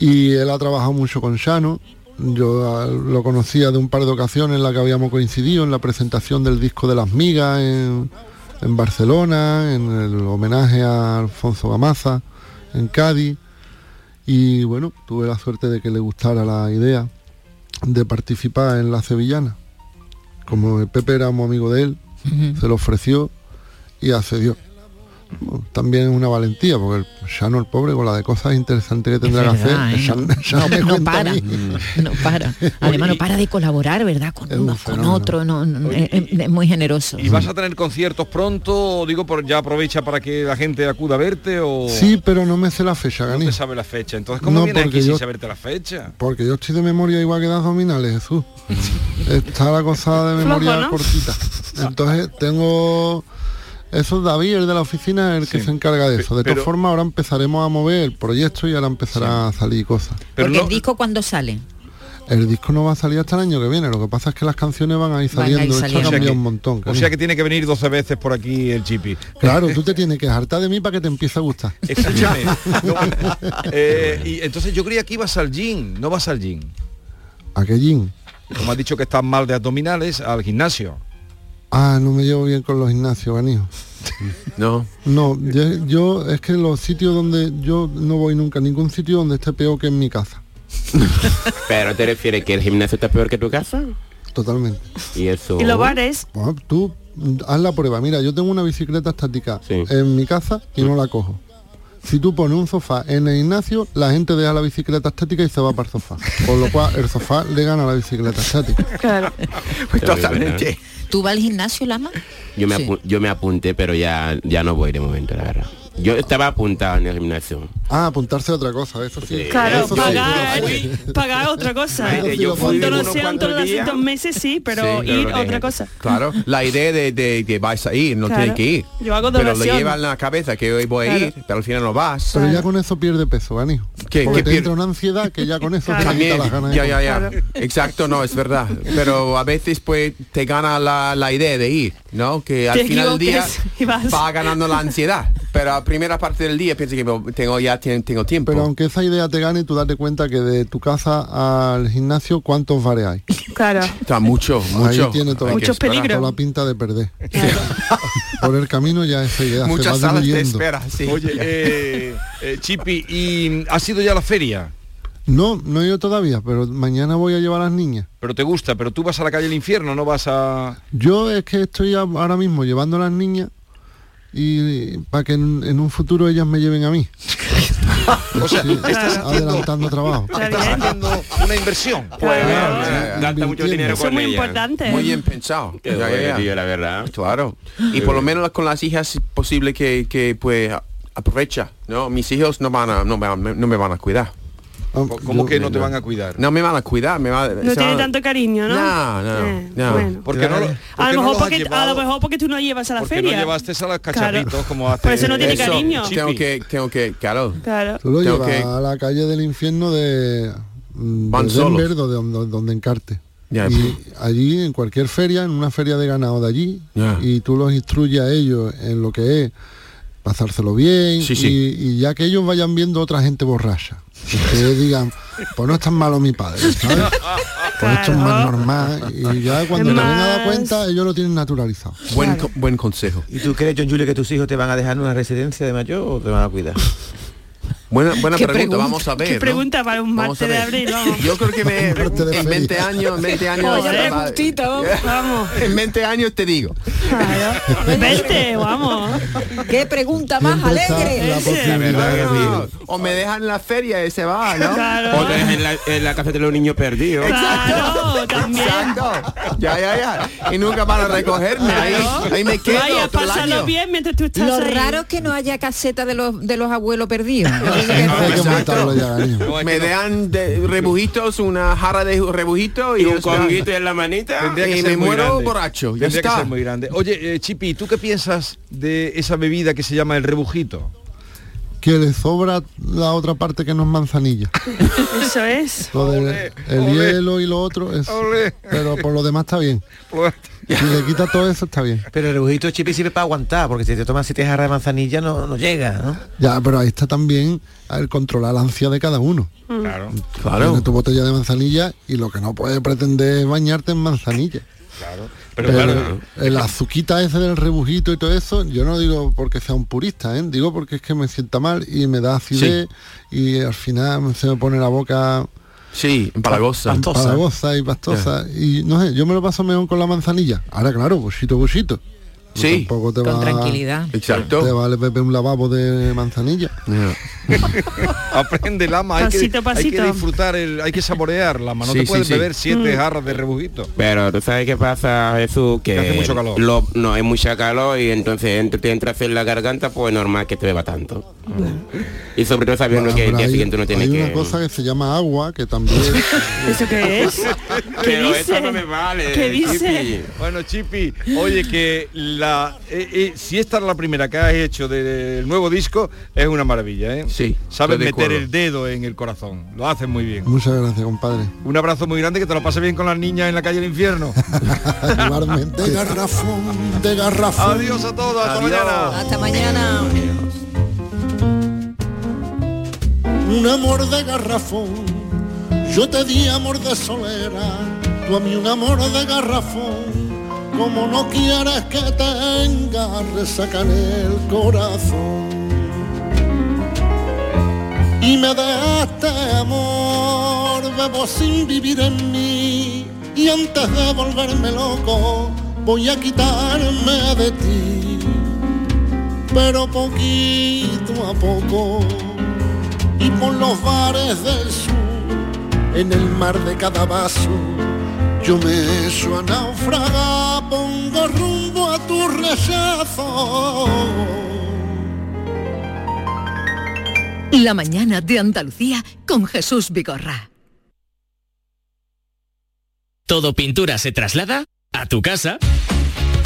Speaker 11: y él ha trabajado mucho con Shano. Yo ah, lo conocía de un par de ocasiones en las que habíamos coincidido, en la presentación del disco de las migas en, en Barcelona, en el homenaje a Alfonso Gamaza, en Cádiz. Y bueno, tuve la suerte de que le gustara la idea de participar en la Sevillana como el Pepe era muy amigo de él, se lo ofreció y accedió. Bueno, también es una valentía, porque el Shano, el pobre, con la de cosas interesantes que tendrá que
Speaker 3: verdad,
Speaker 11: hacer,
Speaker 3: ¿eh?
Speaker 11: Shano- Shano me
Speaker 3: No
Speaker 11: cuenta a
Speaker 3: para,
Speaker 11: mí.
Speaker 3: no para. Además no para de colaborar, ¿verdad? Con uno, con otro, no, no, es, es muy generoso.
Speaker 2: ¿Y vas a tener conciertos pronto? O Digo, por, ya aprovecha para que la gente acuda a verte o...
Speaker 11: Sí, pero no me sé la fecha,
Speaker 2: No
Speaker 11: Gani,
Speaker 2: te sabe la fecha. Entonces, ¿cómo
Speaker 11: No,
Speaker 2: vienes
Speaker 11: porque
Speaker 2: aquí
Speaker 11: yo-
Speaker 2: sin saberte la fecha?
Speaker 11: porque yo estoy de memoria igual que las dominales, Jesús. Está la cosa de
Speaker 2: Flojo,
Speaker 11: memoria
Speaker 2: ¿no?
Speaker 11: cortita. Entonces tengo... Eso es David, el de la oficina, el que se encarga de eso. De
Speaker 2: pero-
Speaker 11: todas formas, ahora empezaremos a mover el proyecto y ahora empezará a salir cosas.
Speaker 3: Porque el disco cuando sale.
Speaker 11: El disco no va a salir hasta el año que viene, lo que pasa es que las canciones van a ir
Speaker 3: Van a ir
Speaker 11: saliendo, esto ha
Speaker 3: saliendo. O sea
Speaker 11: cambiado
Speaker 2: que-
Speaker 11: un montón.
Speaker 2: O
Speaker 11: cariño.
Speaker 2: sea que tiene que venir 12 veces por aquí el chipi.
Speaker 11: Claro, tú te tienes que hartar de mí para que te empiece a gustar.
Speaker 2: Eh. Escúchame. No, eh, y entonces yo creía que ibas al gym, no vas al gym.
Speaker 11: Aquellín.
Speaker 2: Como has dicho que estás mal de abdominales, al gimnasio.
Speaker 11: Ah, no me llevo bien con los gimnasios, Ganijo.
Speaker 7: No.
Speaker 11: No, yo, yo- es que los sitios donde yo no voy nunca, ningún sitio donde esté peor que en mi casa.
Speaker 21: Pero te refieres que el gimnasio está peor que tu casa
Speaker 11: Totalmente.
Speaker 21: y eso.
Speaker 6: bares?
Speaker 11: tú mm, haz la prueba. Mira, yo tengo una bicicleta estática
Speaker 21: Sí.
Speaker 11: en mi casa y no la cojo. si tú pones un sofá en el Ignacio, la gente deja la bicicleta estática y se va para el sofá. Por lo cual el sofá le gana a la bicicleta estática.
Speaker 3: Claro.
Speaker 6: Pues totalmente.
Speaker 8: ¿Tú vas al gimnasio, Lama?
Speaker 6: Yo me,
Speaker 8: Sí.
Speaker 6: apu- yo me apunté, pero ya, ya no voy de momento, la verdad. Yo estaba apuntado en el gimnasio.
Speaker 11: Ah, apuntarse a otra cosa, eso sí.
Speaker 3: Claro,
Speaker 11: Eso sí.
Speaker 3: pagar, pagar otra cosa.
Speaker 7: Ay, yo fui
Speaker 3: Un
Speaker 7: de
Speaker 3: donación
Speaker 7: unos cuantos
Speaker 3: todos los
Speaker 7: días.
Speaker 3: cientos meses sí, pero
Speaker 7: Sí,
Speaker 3: ir
Speaker 7: claro que-
Speaker 3: otra cosa.
Speaker 7: Claro, la idea de, de que vais a ir, no
Speaker 3: Claro.
Speaker 7: tiene que ir.
Speaker 3: Yo hago
Speaker 7: pero lo
Speaker 3: donación.
Speaker 7: llevan en la cabeza que hoy voy
Speaker 3: Claro.
Speaker 7: a ir, pero al final no vas.
Speaker 11: Pero ya con eso pierde peso, Ani.
Speaker 7: ¿Qué- qué
Speaker 11: Porque te
Speaker 7: pierde?
Speaker 11: entra una ansiedad que ya con eso te quita
Speaker 7: También,
Speaker 11: las ganas. de
Speaker 7: ya, ya, ya.
Speaker 11: comer.
Speaker 7: Exacto, no, es verdad. Pero a veces pues te gana la, la idea de ir, ¿no? Que al
Speaker 3: Te
Speaker 7: final del día
Speaker 3: equivocas y vas.
Speaker 7: va ganando la ansiedad. Pero a primera parte del día pienso que bueno, tengo ya tien- tengo tiempo.
Speaker 11: Pero aunque esa idea te gane, tú date cuenta que de tu casa al gimnasio, ¿cuántos bares hay?
Speaker 3: Claro.
Speaker 7: Está mucho, mucho.
Speaker 11: Ahí tiene toda,
Speaker 7: Hay que
Speaker 11: Muchos
Speaker 7: esperar.
Speaker 11: peligros. toda la pinta de perder. Por el camino ya esa idea se va diluyendo.
Speaker 2: Oye, eh, eh, Chipi, ¿y ha sido ya la feria?
Speaker 11: No, no he ido todavía, pero mañana voy a llevar a las niñas.
Speaker 2: Pero te gusta, pero tú vas a la calle del infierno, no vas a...
Speaker 11: Yo es que estoy a- ahora mismo llevando a las niñas y para que en, en un futuro ellas me lleven a mí.
Speaker 2: O sea,
Speaker 11: Sí,
Speaker 2: estás
Speaker 11: adelantando trabajo.
Speaker 2: Estás haciendo una inversión.
Speaker 7: Gasta
Speaker 6: mucho dinero
Speaker 7: con
Speaker 3: muy importante.
Speaker 7: Muy bien pensado.
Speaker 6: Qué bueno, tío, la verdad.
Speaker 7: Claro. Y por lo menos con las hijas es posible que, que, pues a- aprovecha, ¿no? Mis hijos no van a, no me, van- no me van a cuidar.
Speaker 2: ¿Cómo que no te van a cuidar?
Speaker 7: No me van a cuidar, me va
Speaker 3: No tiene tanto cariño, ¿no?
Speaker 7: No, no,
Speaker 3: Eh,
Speaker 7: no.
Speaker 3: bueno.
Speaker 2: Porque no lo-
Speaker 3: A
Speaker 2: porque
Speaker 3: lo,
Speaker 2: no
Speaker 3: mejor
Speaker 2: los has
Speaker 3: porque, a
Speaker 2: llevado-
Speaker 3: lo mejor porque tú no llevas a la
Speaker 2: porque no
Speaker 3: feria.
Speaker 2: llevaste a las cacharritos como hace...
Speaker 3: Por eso no tiene cariño.
Speaker 7: Tengo que, tengo que, claro.
Speaker 3: Claro.
Speaker 11: Tú lo
Speaker 7: Tengo
Speaker 11: llevas
Speaker 7: que-
Speaker 11: a la calle del infierno de, mm,
Speaker 7: Van
Speaker 11: de Denver,
Speaker 7: solos.
Speaker 11: donde, donde- donde encarte.
Speaker 7: Ya. pues.
Speaker 11: Y allí, en cualquier feria, en una feria de ganado de allí,
Speaker 7: Ya.
Speaker 11: y tú los instruyes a ellos en lo que es pasárselo bien,
Speaker 7: Sí, sí.
Speaker 11: Y, y ya que ellos vayan viendo otra gente borracha. Que ellos digan, pues no es tan malo mi padre, ¿sabes? Pues esto es más normal. Y ya cuando
Speaker 4: Es
Speaker 11: te vengan a dar
Speaker 4: más-
Speaker 11: cuenta, ellos lo tienen naturalizado.
Speaker 7: Buen, co- buen consejo.
Speaker 4: ¿Y tú crees, John Julio, que tus hijos te van a dejar en una residencia de mayor o te van a cuidar?
Speaker 7: Buena, buena pregunta, vamos a ver.
Speaker 3: Qué
Speaker 7: ¿no?
Speaker 3: pregunta para un
Speaker 7: Vamos a
Speaker 3: martes de
Speaker 7: ver.
Speaker 3: abril, vamos.
Speaker 7: Yo creo que me, en 20 años, en 20 años.
Speaker 3: Joder,
Speaker 7: va-
Speaker 3: justito, vamos.
Speaker 7: En 20 años te digo.
Speaker 3: Vente, vamos.
Speaker 9: Qué pregunta más
Speaker 7: Siempre está
Speaker 9: alegre.
Speaker 7: la
Speaker 9: Ese.
Speaker 7: posibilidad.
Speaker 6: Claro que sí.
Speaker 7: O me dejan en la feria y se va, ¿no?
Speaker 6: O te dejan en la, en la casa de los niños perdidos.
Speaker 3: Claro, Ah, también.
Speaker 7: Exacto. Ya, ya, ya. Y nunca van a recogerme. Ahí, ahí me quedo
Speaker 3: Vaya,
Speaker 7: todo el
Speaker 3: pásalo
Speaker 7: año.
Speaker 3: bien mientras tú estás
Speaker 8: Lo
Speaker 3: ahí.
Speaker 8: raro es que no haya caseta de los, de los abuelos perdidos.
Speaker 7: Exacto. Me dejan de rebujitos, una jarra de rebujitos y,
Speaker 6: Y un
Speaker 7: ya está.
Speaker 6: conguito en la manita.
Speaker 7: Tendría que
Speaker 6: Y
Speaker 7: ser
Speaker 6: me
Speaker 7: muy
Speaker 6: muero
Speaker 7: grande.
Speaker 6: borracho, ya
Speaker 2: Tendría que
Speaker 6: está.
Speaker 2: ser muy grande. Oye, eh, Chipi, ¿tú qué piensas de esa bebida que se llama el rebujito?
Speaker 11: Que le sobra la otra parte que no es manzanilla.
Speaker 3: Eso es.
Speaker 11: Lo del- el hielo y lo otro es. Pero por lo demás está bien. Si le quita todo eso está bien.
Speaker 4: Pero el rebujito chipi sirve para aguantar, porque si te tomas siete jarras de manzanilla no, no llega, ¿no?
Speaker 11: Ya, pero ahí está también el controlar la ansia de cada uno.
Speaker 2: Claro.
Speaker 11: Claro. tu botella de manzanilla y lo que no puedes pretender es bañarte en manzanilla.
Speaker 2: Claro.
Speaker 11: Pero, el azuquita ese del rebujito y todo eso, yo no digo porque sea un purista, ¿eh? digo porque es que me sienta mal y me da acidez y al final se me pone la boca
Speaker 7: Sí, empalagosa.
Speaker 11: Empalagosa y pastosa. Y no sé, yo me lo paso mejor con la manzanilla. Ahora, claro, buchito, buchito.
Speaker 7: Sí.
Speaker 11: Tampoco te
Speaker 7: Con
Speaker 11: va-
Speaker 7: tranquilidad. Exacto.
Speaker 11: Te vale beber un lavabo de manzanilla.
Speaker 2: Aprende Lama, hay,
Speaker 3: Pasito
Speaker 2: que,
Speaker 3: a pasito.
Speaker 2: hay que disfrutar, el, hay que saborear Lama, no
Speaker 6: Sí,
Speaker 2: te
Speaker 6: sí,
Speaker 2: puedes
Speaker 6: sí.
Speaker 2: beber siete
Speaker 6: Mm.
Speaker 2: jarras de rebujito.
Speaker 6: Pero tú sabes qué pasa, Jesús, que,
Speaker 2: hace mucho calor.
Speaker 6: lo- no hay mucha calor y entonces ent- te entras en la garganta, pues normal que te beba tanto. Y sobre todo sabiendo que el
Speaker 11: Ahora
Speaker 6: día
Speaker 11: hay-
Speaker 6: siguiente no tiene
Speaker 11: hay
Speaker 6: que.
Speaker 11: una cosa que se llama agua, que también...
Speaker 3: ¿Eso qué es? ¿Qué
Speaker 6: Pero
Speaker 3: dice?
Speaker 6: eso no me vale.
Speaker 3: ¿Qué dice?
Speaker 6: Chipi.
Speaker 2: Bueno, Chipi, oye, que la, eh, eh, si esta es la primera que has hecho del nuevo disco, es una maravilla, ¿eh? Sí. Sabes
Speaker 11: estoy de
Speaker 2: meter
Speaker 11: acuerdo.
Speaker 2: el dedo en el corazón, lo haces muy bien.
Speaker 11: Muchas gracias, compadre.
Speaker 2: Un abrazo muy grande, que te lo pases bien con las niñas en la calle del infierno.
Speaker 11: Igualmente.
Speaker 18: De garrafón, de garrafón.
Speaker 2: Adiós a todos, hasta mañana.
Speaker 8: Hasta mañana.
Speaker 18: un amor de garrafón. Yo te di amor de solera, tú a mí un amor de garrafón. Como no quieras que tenga, resaca en el corazón. Y me dejaste amor, bebo sin vivir en mí. Y antes de volverme loco, voy a quitarme de ti. pero poquito a poco. Y por los bares del sur, en el mar de cada vaso, yo me echo a naufragar, pongo rumbo a tu rechazo.
Speaker 22: La mañana de Andalucía con Jesús Vigorra.
Speaker 23: Todo pintura se traslada a tu casa.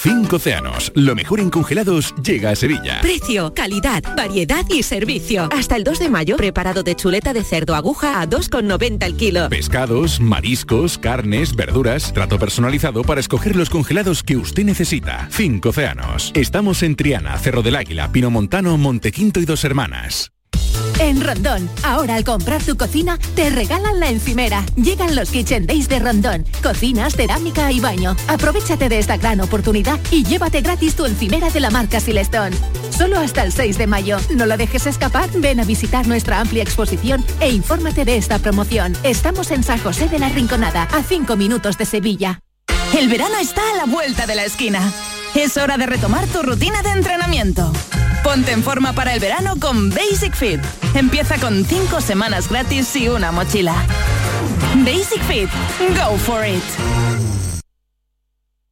Speaker 16: Cinco océanos, lo mejor en congelados llega a Sevilla.
Speaker 24: Precio, calidad, variedad y servicio. Hasta el 2 de mayo, preparado de chuleta de cerdo aguja a 2,90 el kilo.
Speaker 16: Pescados, mariscos, carnes, verduras, trato personalizado para escoger los congelados que usted necesita. Cinco océanos. Estamos en Triana, Cerro del Águila, Pinomontano, Montequinto y Dos Hermanas.
Speaker 8: En Rondón, ahora al comprar tu cocina, te regalan la encimera. Llegan los Kitchen Days de Rondón, cocinas, cerámica y baño. Aprovechate de esta gran oportunidad y llévate gratis tu encimera de la marca Silestone. Solo hasta el 6 de mayo. No la dejes escapar, ven a visitar nuestra amplia exposición e infórmate de esta promoción. Estamos en San José de la Rinconada, a 5 minutos de Sevilla.
Speaker 14: El verano está a la vuelta de la esquina. Es hora de retomar tu rutina de entrenamiento. Ponte en forma para el verano con Basic Fit. Empieza con 5 semanas gratis y una mochila. Basic Fit, go for it.